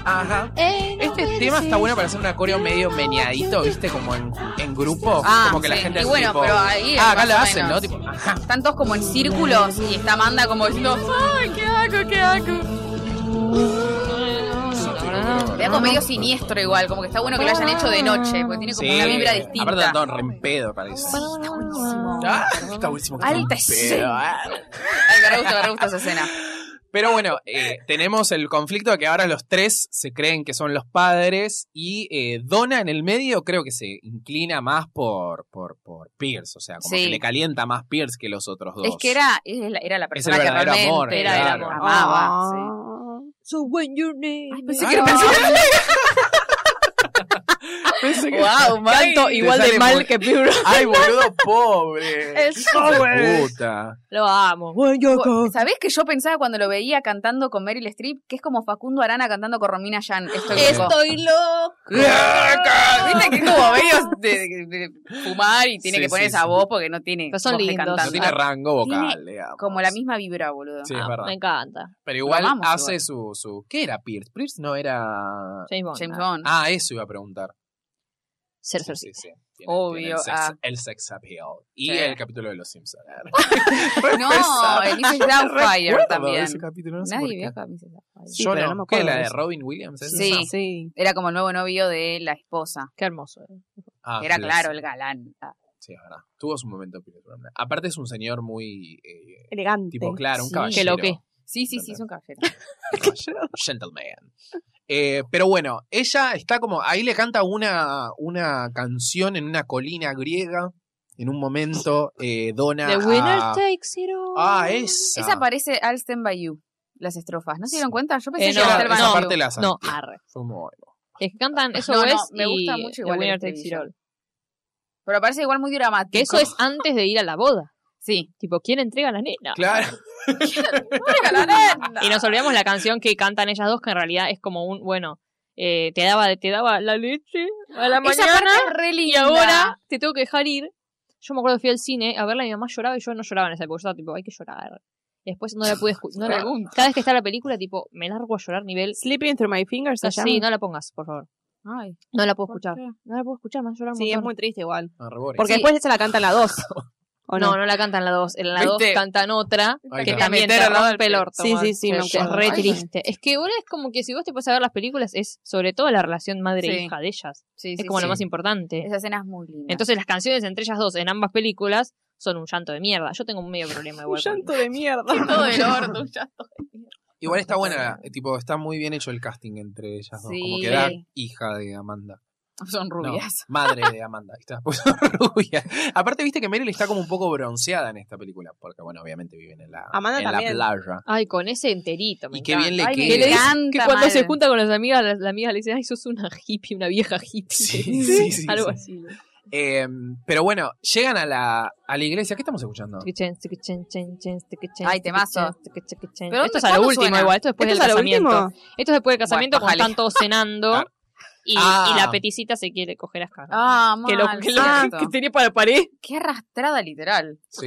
A: Ajá. Este tema está bueno para hacer una coreo medio meneadito, ¿viste? Como en, en grupo.
B: Ah,
A: como que la
B: sí.
A: gente
B: Y
A: hace
B: bueno,
A: tipo,
B: pero ahí es
A: Ah, acá
B: más
A: la
B: o
A: hacen, ¿no?
B: menos.
A: Tipo, ah, ajá.
B: Están todos como en círculos y está Manda como diciendo, ¡ay, qué hago, qué hago! Te algo Ah, medio siniestro igual, como que está bueno que lo hayan hecho de noche, porque tiene como una vibra
A: Aparte
B: distinta.
A: está todo en pedo, parece. Está buenísimo. está buenísimo. que
B: Alta
A: está en
B: escena.
A: pedo, ah.
B: Ay, me re gusta, me re gusta esa escena.
A: Pero bueno, eh, tenemos el conflicto de que ahora los tres se creen que son los padres y eh, Donna en el medio creo que se inclina más por, por, por Pierce, o sea, como
B: Sí.
A: que le calienta más Pierce que los otros dos.
B: Es que era, es la- era la
A: Es el
B: persona que
A: verdadero
B: realmente
A: amor.
B: era el
A: claro.
B: amor. amaba. Ah, sí.
C: Ah.
E: So when your name.
A: Ay, no. Pensé que-
E: Wow,
A: Canto igual de mal que
E: Pure.
A: Ay, boludo, pobre. Puta.
E: Lo amo. When you go.
B: ¿Sabés que yo pensaba cuando lo veía cantando con Meryl Streep que es como Facundo Arana cantando con Romina Yan? Estoy loco.
C: Estoy loco.
B: Viste que es como medio de, de- de fumar y tiene
A: Sí,
B: que poner
A: sí,
B: esa
A: sí.
B: voz porque no tiene
E: Pero son
B: voz de
E: lindos.
A: No
B: cantante.
A: tiene rango vocal,
B: Ah, Tiene
A: digamos.
B: como la misma vibra, boludo.
A: Sí, es verdad.
E: Me encanta.
A: Pero igual
B: Lo amamos
A: hace
B: igual.
A: su, su. ¿Qué era Pierce? Pierce no era.
E: James Bond.
B: James
E: Ah,
B: Bond.
A: Ah, eso iba a preguntar.
E: ser-
A: Sí,
E: ser-
A: sí, sí. Tiene- tiene
B: Obvio,
A: el, sex,
B: ah.
A: el sex appeal. Y
B: Sí.
A: el capítulo de los Simpsons.
B: No, el Mrs. Doubtfire también.
A: Ese capítulo, no sé por
B: Nadie
A: qué.
B: vio acá, Mrs. Doubtfire.
C: Sí,
A: Yo
C: pero
A: no.
C: no me
A: ¿Qué?
C: acuerdo
A: ¿La
C: de
A: de
C: eso.
A: Robin Williams? esa?
B: Sí.
C: Sí.
B: Era como el nuevo novio de la esposa.
E: Qué hermoso. eh.
A: Ah,
B: Era
A: Pierce.
B: claro el galán. Ah,
A: Sí, es verdad. Tuvo su momento Pierce Brosnan. Aparte es un señor muy. eh,
C: Elegante.
A: tipo, claro, un
B: Sí.
A: caballero.
E: Que lo que.
B: Sí, sí, sí, es un caballero.
E: Ah.
A: Caballero, Gentleman. Eh, pero bueno, ella está como. Ahí le canta una, una canción en una colina griega. En un momento, eh,
B: Ah.
A: Donna.
E: The winner
A: a-
E: takes it all.
A: Ah, esa.
B: Esa parece I'll Stand By You, las estrofas. ¿No se dieron cuenta? Yo pensé
E: Eh,
B: que
E: no,
B: era Stand By
E: no.
B: You.
A: parte la
E: No, ah. arre.
A: Fue como,
E: Es que cantan eso
B: Ah, No, no,
E: es
B: me gusta
E: y
B: mucho
E: The
B: igual este el
E: winner takes it
B: estribillo.
E: all.
B: Pero parece igual muy dramático.
E: Que eso es antes de ir a la boda.
B: Sí.
E: Tipo, ¿quién entrega a la nena?
A: Claro.
E: Y nos olvidamos la canción que cantan ellas dos, que en realidad es como un, bueno, eh, te, daba, te daba la leche a la
B: Esa
E: mañana
B: parte es re
E: y
B: linda.
E: ahora te tengo que dejar ir. Yo me acuerdo que fui al cine a verla y mi mamá lloraba y yo no lloraba en esa época. Yo estaba tipo, hay que llorar. Y después no la pude escuchar. cada vez que está la película, tipo, me largo a llorar nivel.
C: Sleeping Through My Fingers se
E: Sí,
C: llama.
E: no la pongas, por favor.
B: Ay,
E: No la puedo
B: ¿por
E: escuchar.
B: qué?
E: No la puedo escuchar, más llorar un
C: Sí, es
E: montón.
C: muy triste igual.
A: Ah, Rebores.
C: Porque
E: Sí.
C: después se la canta en la 2. ¿O no?
E: No, no la cantan la dos. En la dos
B: ¿Viste?
E: cantan otra
A: Ahí
E: que
A: está.
E: también te
B: Meter a la
E: rompe el
B: golpe.
E: orto.
C: Sí,
E: man.
C: sí, sí, me
E: Es
C: acuerdo.
E: re
B: Ay, sí.
E: triste. Es que ahora es como que si vos te pones a ver las películas, es sobre todo la relación madre-hija
B: Sí.
E: de ellas.
B: sí,
E: es
B: sí,
E: como
B: sí.
E: lo más importante.
B: Esa escena es muy linda.
E: Entonces las canciones entre ellas dos en ambas películas son un llanto de mierda. Yo tengo un medio problema
C: Un
E: igual. con-
C: llanto de mierda.
B: todo el orto, ya todo.
A: Igual está buena, eh, tipo, está muy bien hecho el casting entre ellas dos. Como
B: Sí.
A: que da hija de Amanda.
B: Son
A: No,
B: rubias.
A: madre de Amanda. Ahí Está pues, rubia. Aparte, viste que Meryl está como un poco bronceada en esta película. Porque, bueno, obviamente viven en la,
C: Amanda
A: en la
C: también.
A: playa.
E: Ay, con ese enterito. me
A: Y qué bien
E: encanta.
A: le
B: Ay,
A: queda.
B: me
E: Que le dice
B: encanta.
E: que cuando
B: mal.
E: se junta con las amigas, las, las amigas le dicen, ay, sos una hippie, una vieja hippie.
A: Sí, sí, sí,
E: Algo
A: sí.
E: así.
A: Eh, pero bueno, llegan a la, a la iglesia. ¿Qué estamos escuchando?
B: Ay, temazo. Pero
E: Esto es a
B: ¿cuándo
E: lo último
B: suena?
E: igual, esto después
C: ¿Esto es
E: del
C: a lo
E: casamiento.
C: último?
E: Esto es después del casamiento
B: Bueno,
E: cuando
B: ojalá.
E: están todos cenando y,
A: Ah.
E: y la peticita se quiere coger a Scar.
B: Ah,
E: que lo
B: mal,
E: que, lo-
B: cierto.
E: que tenía para la pared.
B: Qué arrastrada, literal.
A: Sí.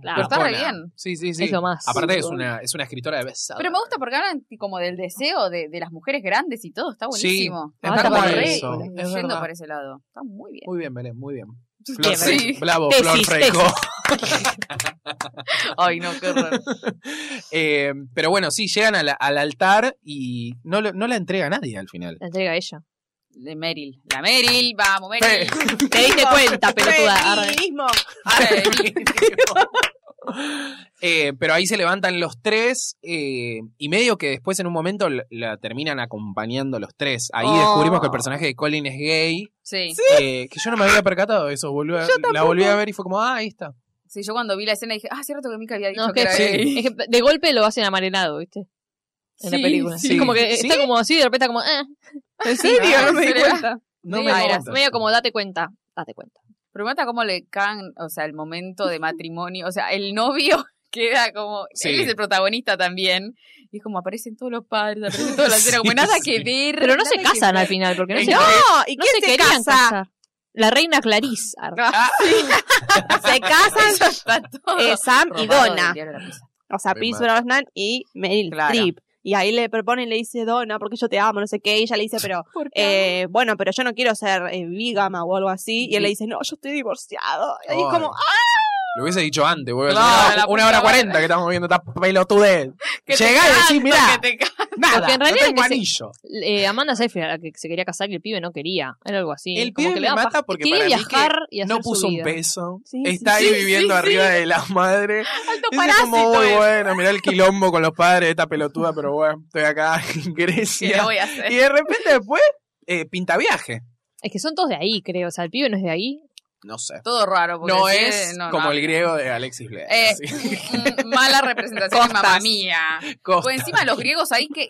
E: Claro.
B: Pero está re
A: Bona.
B: bien.
A: Sí, sí, sí.
E: Es lo más.
A: Aparte, es una, es una escritora de bestsellers.
B: Pero me gusta porque hablan como del deseo de, de las mujeres grandes y todo. Está
A: Sí,
B: buenísimo.
E: Ah,
A: está
E: está
A: como
E: por
A: re-
E: eso.
A: yendo
B: Yendo por ese lado. Está muy bien.
A: Muy bien, Belén, muy bien. Flor
E: Sí.
A: Frey- Bravo,
E: Tesis,
A: Flor Freico.
B: Ay, no, qué horror.
A: Eh, pero bueno, sí, llegan a la- al altar y no, lo- no la entrega nadie al final.
E: La entrega ella.
B: De Meryl. La Meryl, vamos, Meryl.
A: Fe-
E: Te diste cuenta, pelotuda. Arre.
C: Feminismo.
B: Arre, vení.
A: Eh, pero ahí se levantan los tres eh, y medio que después en un momento la, la terminan acompañando los tres. Ahí
C: Oh.
A: descubrimos que el personaje de Colin es gay.
B: Sí.
A: eh, que yo no me había percatado de eso. volví a- la volví a ver y fue como, ah, ahí está.
B: Sí, yo cuando vi la escena dije, ah, cierto que Mika había dicho
E: No, es
B: que
E: que,
B: era
A: sí.
B: gay.
E: es que de golpe lo hacen amarenado, ¿viste? En la
B: Sí,
E: película.
A: sí.
E: Es como que
A: ¿Sí?
E: está como así, de repente está como, eh. ¿En
B: serio? No me di
E: cuenta.
A: No
E: medio,
A: me
E: como-
A: contaste.
E: medio como date cuenta, date cuenta.
B: Pero me mata cómo le cagan, o sea, el momento de matrimonio, o sea, el novio queda como,
A: Sí.
B: él es el protagonista también, y es como aparecen todos los padres, aparecen todas las
A: Sí,
B: era como nada
A: sí.
B: que ver.
E: Pero no se
B: nada que
E: casan
B: ver.
E: al final, porque no
A: Eh,
E: se,
A: no,
C: ¿y
E: no
C: quién
E: se
C: se,
E: querían
C: casa?
E: casar. La reina Clarice. ar-
C: Se casan
B: Eso está todo
C: eh, Sam y
B: robado del
C: Donna.
B: diario de la pizza.
C: O sea,
A: Me
C: Pierce
A: mata.
C: Brosnan y Meryl
B: Claro.
C: Streep. Y ahí le propone y le dice, Donna, porque yo te amo, no sé qué. Y ella le dice, pero eh, bueno, pero yo no quiero ser eh, bígama o algo así. Y él le dice, no, yo estoy divorciado. Y ahí es
A: Ay.
C: como, ¡ah!
A: Lo hubiese dicho antes, boludo.
B: No,
A: Una-
B: la
A: una,
B: puta
A: hora
B: madre.
A: cuarenta que estamos viendo esta pelotudez.
B: Que te
A: Llegá y decís,
B: canto,
A: mirá,
B: que te ca-
A: nada,
E: Porque en
A: no
E: realidad
A: tengo
E: es que se-
A: anillo.
E: eh, Amanda Seyfried a la que se quería casar y el pibe no quería. Era algo así.
A: El pibe
E: como que
A: me
E: le da
A: mata
E: paja.
A: porque
E: Quiere
A: para mí
E: viajar y hacer
A: No puso
E: su
A: un
E: vida.
A: peso.
C: Sí,
A: Está ahí
B: sí,
A: viviendo
B: sí,
A: arriba de la madre.
B: alto
A: Ese es
B: parásito.
A: como muy
B: es.
A: bueno, mirá el quilombo con los padres de esta pelotuda, pero bueno, estoy acá en
B: ¿Qué le
A: Grecia.
B: voy a
A: Y
B: hacer?
A: de repente después eh, pinta viaje.
E: Es que son todos de ahí, creo. O sea, el pibe no es de ahí.
A: No sé.
B: Todo raro. porque
A: No
B: sí, eh,
A: es
B: no,
A: como
B: no.
A: el griego de Alexis Blair.
B: Eh,
A: sí.
B: Mm, Mala representación de mamá mía.
A: Costa.
B: Pues encima los griegos hay que...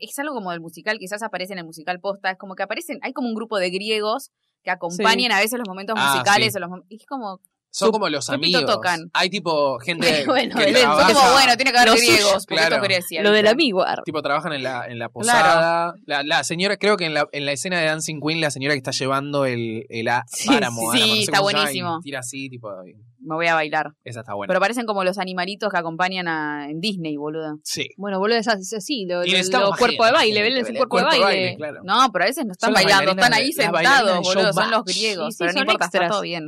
B: Es algo como del musical, quizás aparece en el musical posta, es como que aparecen, hay como un grupo de griegos que acompañan a veces los momentos
A: Ah,
B: musicales
A: sí.
B: o los mom- y es como,
A: Son como los
B: ¿qué pito
A: amigos.
B: tocan?
A: Hay tipo gente
E: Bueno,
A: que
E: Belén, son
B: son
A: trabaja,
B: como bueno, tiene que haber
E: Lo suyo,
B: griegos, porque
A: claro.
B: esto es Grecia.
E: Lo del
B: ¿viste?
E: amigo. ar.
A: tipo trabajan en la, en la posada. La, la señora, creo que en la, en la escena de Dancing Queen, la señora que está llevando el, el a-
E: Sí,
A: páramo.
B: sí,
A: álamo, no sé
B: está
A: cómo se llama,
B: buenísimo.
A: y Tira así, tipo, y-
B: Me voy a bailar.
A: esa está buena.
B: Pero parecen como los animalitos que acompañan a, en Disney, boluda.
A: sí.
E: Bueno, boludo, es así. Lo,
A: Y
E: lo-
A: necesitamos
E: lo
A: más
E: cuerpo
A: gente,
E: de
A: más
E: baile.
A: gente,
E: Belén es un
A: Belén.
E: cuerpo de
A: Cuerpo de
E: baile.
A: baile, claro.
B: No, pero a veces no están
A: Son las
B: bailando,
A: bailarinas
B: están ahí
A: de- las bailarinas
B: sentados,
A: de
B: boludo. Son los
A: Showmatch.
B: griegos,
E: Sí, sí,
B: pero no
E: son
B: importa, está
E: extras.
B: todo bien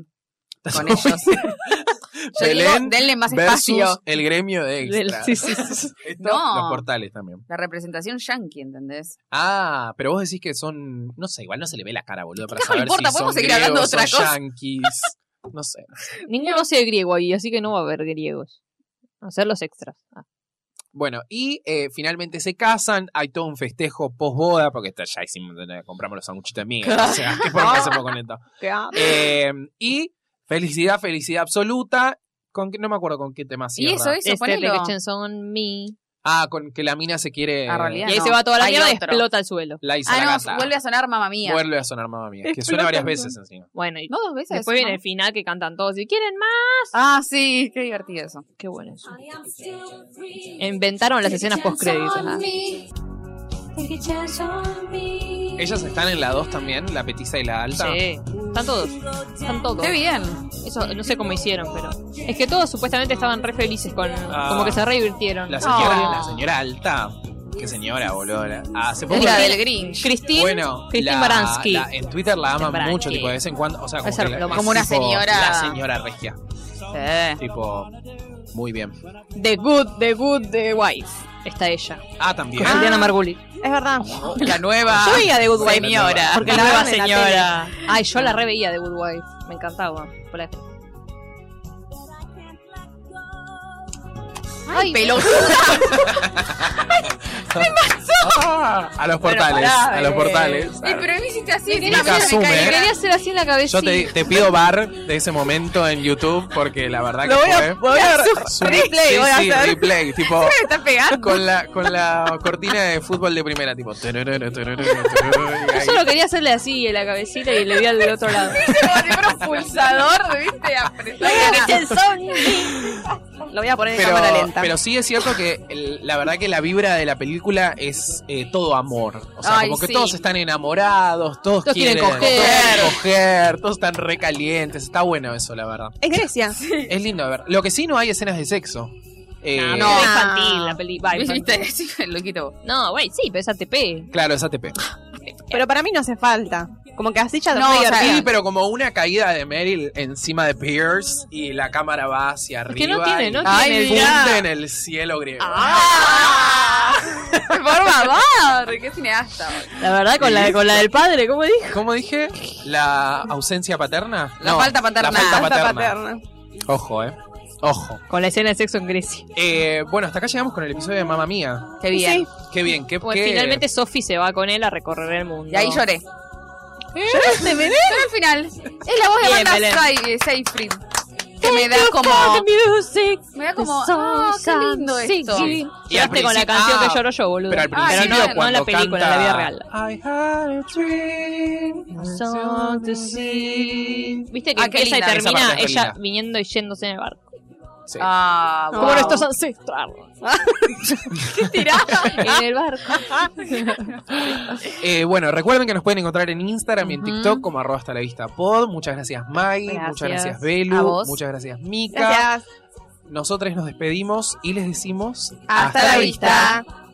A: Está
B: con
A: todo
B: ellos. Yo digo,
A: Belén
B: denle más
A: Versus
B: espacio.
A: el gremio de
E: Del-
A: extras.
E: sí, sí, sí, sí.
A: Esto,
B: No.
A: Los portales también.
B: La representación yankee, ¿entendés?
A: Ah, pero vos decís que son. No sé, igual no se le ve la cara, boludo. Para
B: No
A: saber
B: importa,
A: si son
B: podemos seguir hablando de
A: griegos,
B: otra
A: son
B: cosa.
A: yanquis. No sé.
E: Ninguno sea griego ahí, así que no va a haber griegos. A Hacer los extras. Ah.
A: Bueno, y eh, finalmente se casan, hay todo un festejo posboda, porque está, ya hicimos, eh, compramos los sanguchitos de miga, o sea, ¿qué podemos hacer con esto?
C: qué amo.
A: Eh, y felicidad, felicidad absoluta, con que, no me acuerdo con qué tema
B: Y
A: cierra.
B: eso, eso,
E: Este,
B: ponelo.
E: the Kitchen on me.
A: Ah, con que la mina se quiere...
B: Ah, realidad.
E: Y ahí
B: no,
E: se va toda la
B: hay
E: mierda y
B: otro.
E: explota el suelo.
A: La hizo la
B: Ah,
A: gata.
B: no, vuelve a sonar mamá mía.
A: Vuelve a sonar mamá mía, que suena varias veces encima.
E: Bueno, y
B: No, dos veces.
E: después viene
B: ¿no?
E: el final que cantan todos. Si quieren más.
B: Ah, sí, qué divertido eso.
E: Qué bueno eso. Inventaron las escenas Ah, post créditos.
A: Ellas están en la 2 también, la petiza y la alta.
E: Sí. Están todos. Están todos.
B: Qué bien.
E: Eso no sé cómo hicieron, pero. Es que todos supuestamente estaban re felices con.
A: Ah.
E: Como que se re divirtieron.
A: La señora,
E: Oh.
B: No.
A: la señora alta. Qué señora, boludo. la- Ah, se
B: Es
A: puede
B: la del Grinch.
E: Christine.
A: Bueno,
E: Christine
A: la-
E: Baranski.
A: la- en Twitter la aman
E: Baranski.
A: mucho, tipo, de vez en cuando. O sea, como,
E: Esa
A: que la-
E: lo más.
A: es
B: Como una
A: tipo
B: señora.
A: La señora regia.
B: Sí.
A: Tipo, muy bien.
E: The Good, The Good, The Wife. Está ella.
A: Ah, también.
E: Con Juliana Margulis.
C: Es verdad.
B: La nueva.
C: Yo veía The Good Wife.
B: señora.
C: Porque la daban en la
E: Ay, yo la reveía The Good Wife. Me encantaba. Por la-
B: Ay, pelotuda.
A: Ah, a los portales,
E: pará,
A: a los
E: eh.
A: portales.
B: Sí, pero me hiciste así.
A: Mica
B: encima me
A: asume,
B: caí.
A: ¿eh?
E: Quería hacer así en la cabecita.
A: Yo te, te pido bar de ese momento en YouTube porque la verdad que
C: Lo voy a,
A: fue...
C: voy a
A: Su-
C: replay,
A: sí,
C: voy a
A: sí,
C: hacer.
A: replay, tipo
B: Me está pegando.
A: con la con la cortina de fútbol de primera, tipo. tararara, tararara, tararara, y
E: Yo
A: ahí-
E: solo quería hacerle así en la cabecita y le di al del otro lado.
B: Como si fuera un pulsador, ¿viste? Apretado.
C: Lo voy a poner en
A: pero,
C: cámara lenta.
A: pero sí es cierto que el- la verdad que la vibra de la película es eh, todo amor. O sea,
B: Ay,
A: como que
B: sí.
A: todos están enamorados, todos,
E: Todos quieren coger.
A: todos quieren coger, todos están recalientes. Está bueno eso, la verdad.
C: es Grecia.
A: Es lindo de ver. Lo que sí no hay escenas de sexo. Eh,
E: No,
B: no.
E: no. infantil la película.
B: ¿Viste? Sí, lo quito. vos.
E: No, güey, sí, pero es ATP.
A: Claro, es ATP.
C: Pero para mí no hace falta. Como que así ya
B: No,
C: no,
B: o sea,
A: Sí, pero como una caída de Meryl encima de Pierce y la cámara va hacia
E: Es
A: arriba.
E: que no tiene,
A: y
E: no
B: Ay,
E: tiene. Ah.
B: mira.
A: Funde en el cielo griego.
B: Por favor, qué cineasta. boludo.
E: La verdad, con la, con la del padre, ¿cómo dijo?
A: ¿Cómo dije? ¿La ausencia paterna?
B: La falta paterna.
A: La falta
C: Falta
A: paterna.
C: paterna.
A: Ojo, eh. Ojo.
E: Con la escena de sexo en Grecia.
A: Eh, bueno, hasta acá llegamos con el episodio de Mamma Mía.
B: Qué bien.
C: Sí.
A: Qué bien, qué,
E: Pues
A: qué-
E: finalmente Sophie se va con él a recorrer el mundo.
B: Y ahí lloré.
C: ¿Eh? ¿Lloraste, Belén?
B: Pero al final, es la voz de
E: Bien,
B: Amanda
E: Belén.
B: Sey- Seyfried. Que me da como. Me da como. ¡Ah, qué lindo esto!
A: Y al
E: Lloraste con la
A: principio-
E: canción
A: ah,
E: que lloró yo, boludo.
A: Pero al
B: Ah,
A: principio,
E: no, no en
A: cuando
E: la película, en
A: canta,
E: la vida real.
A: I had a dream, a song to sing.
E: Viste que
B: Ah, qué
E: empieza y
B: linda.
A: Esa
E: termina
A: parte es re
E: ella
A: linda.
E: viniendo y yéndose en el barco.
A: Sí.
B: Ah,
C: Como
E: Como
B: guau.
E: nuestros ancestros.
B: ¿Qué tirada?
E: en el barco.
A: Eh, bueno, recuerden que nos pueden encontrar en Instagram y en
B: Ujú.
A: TikTok como arroba hasta la vista pod. Muchas gracias Maggie, muchas
E: Gracias.
A: gracias
B: A
A: Belu,
B: vos.
A: muchas gracias Mika.
C: Gracias.
A: Nosotros nos despedimos y les decimos
C: Hasta, la vista.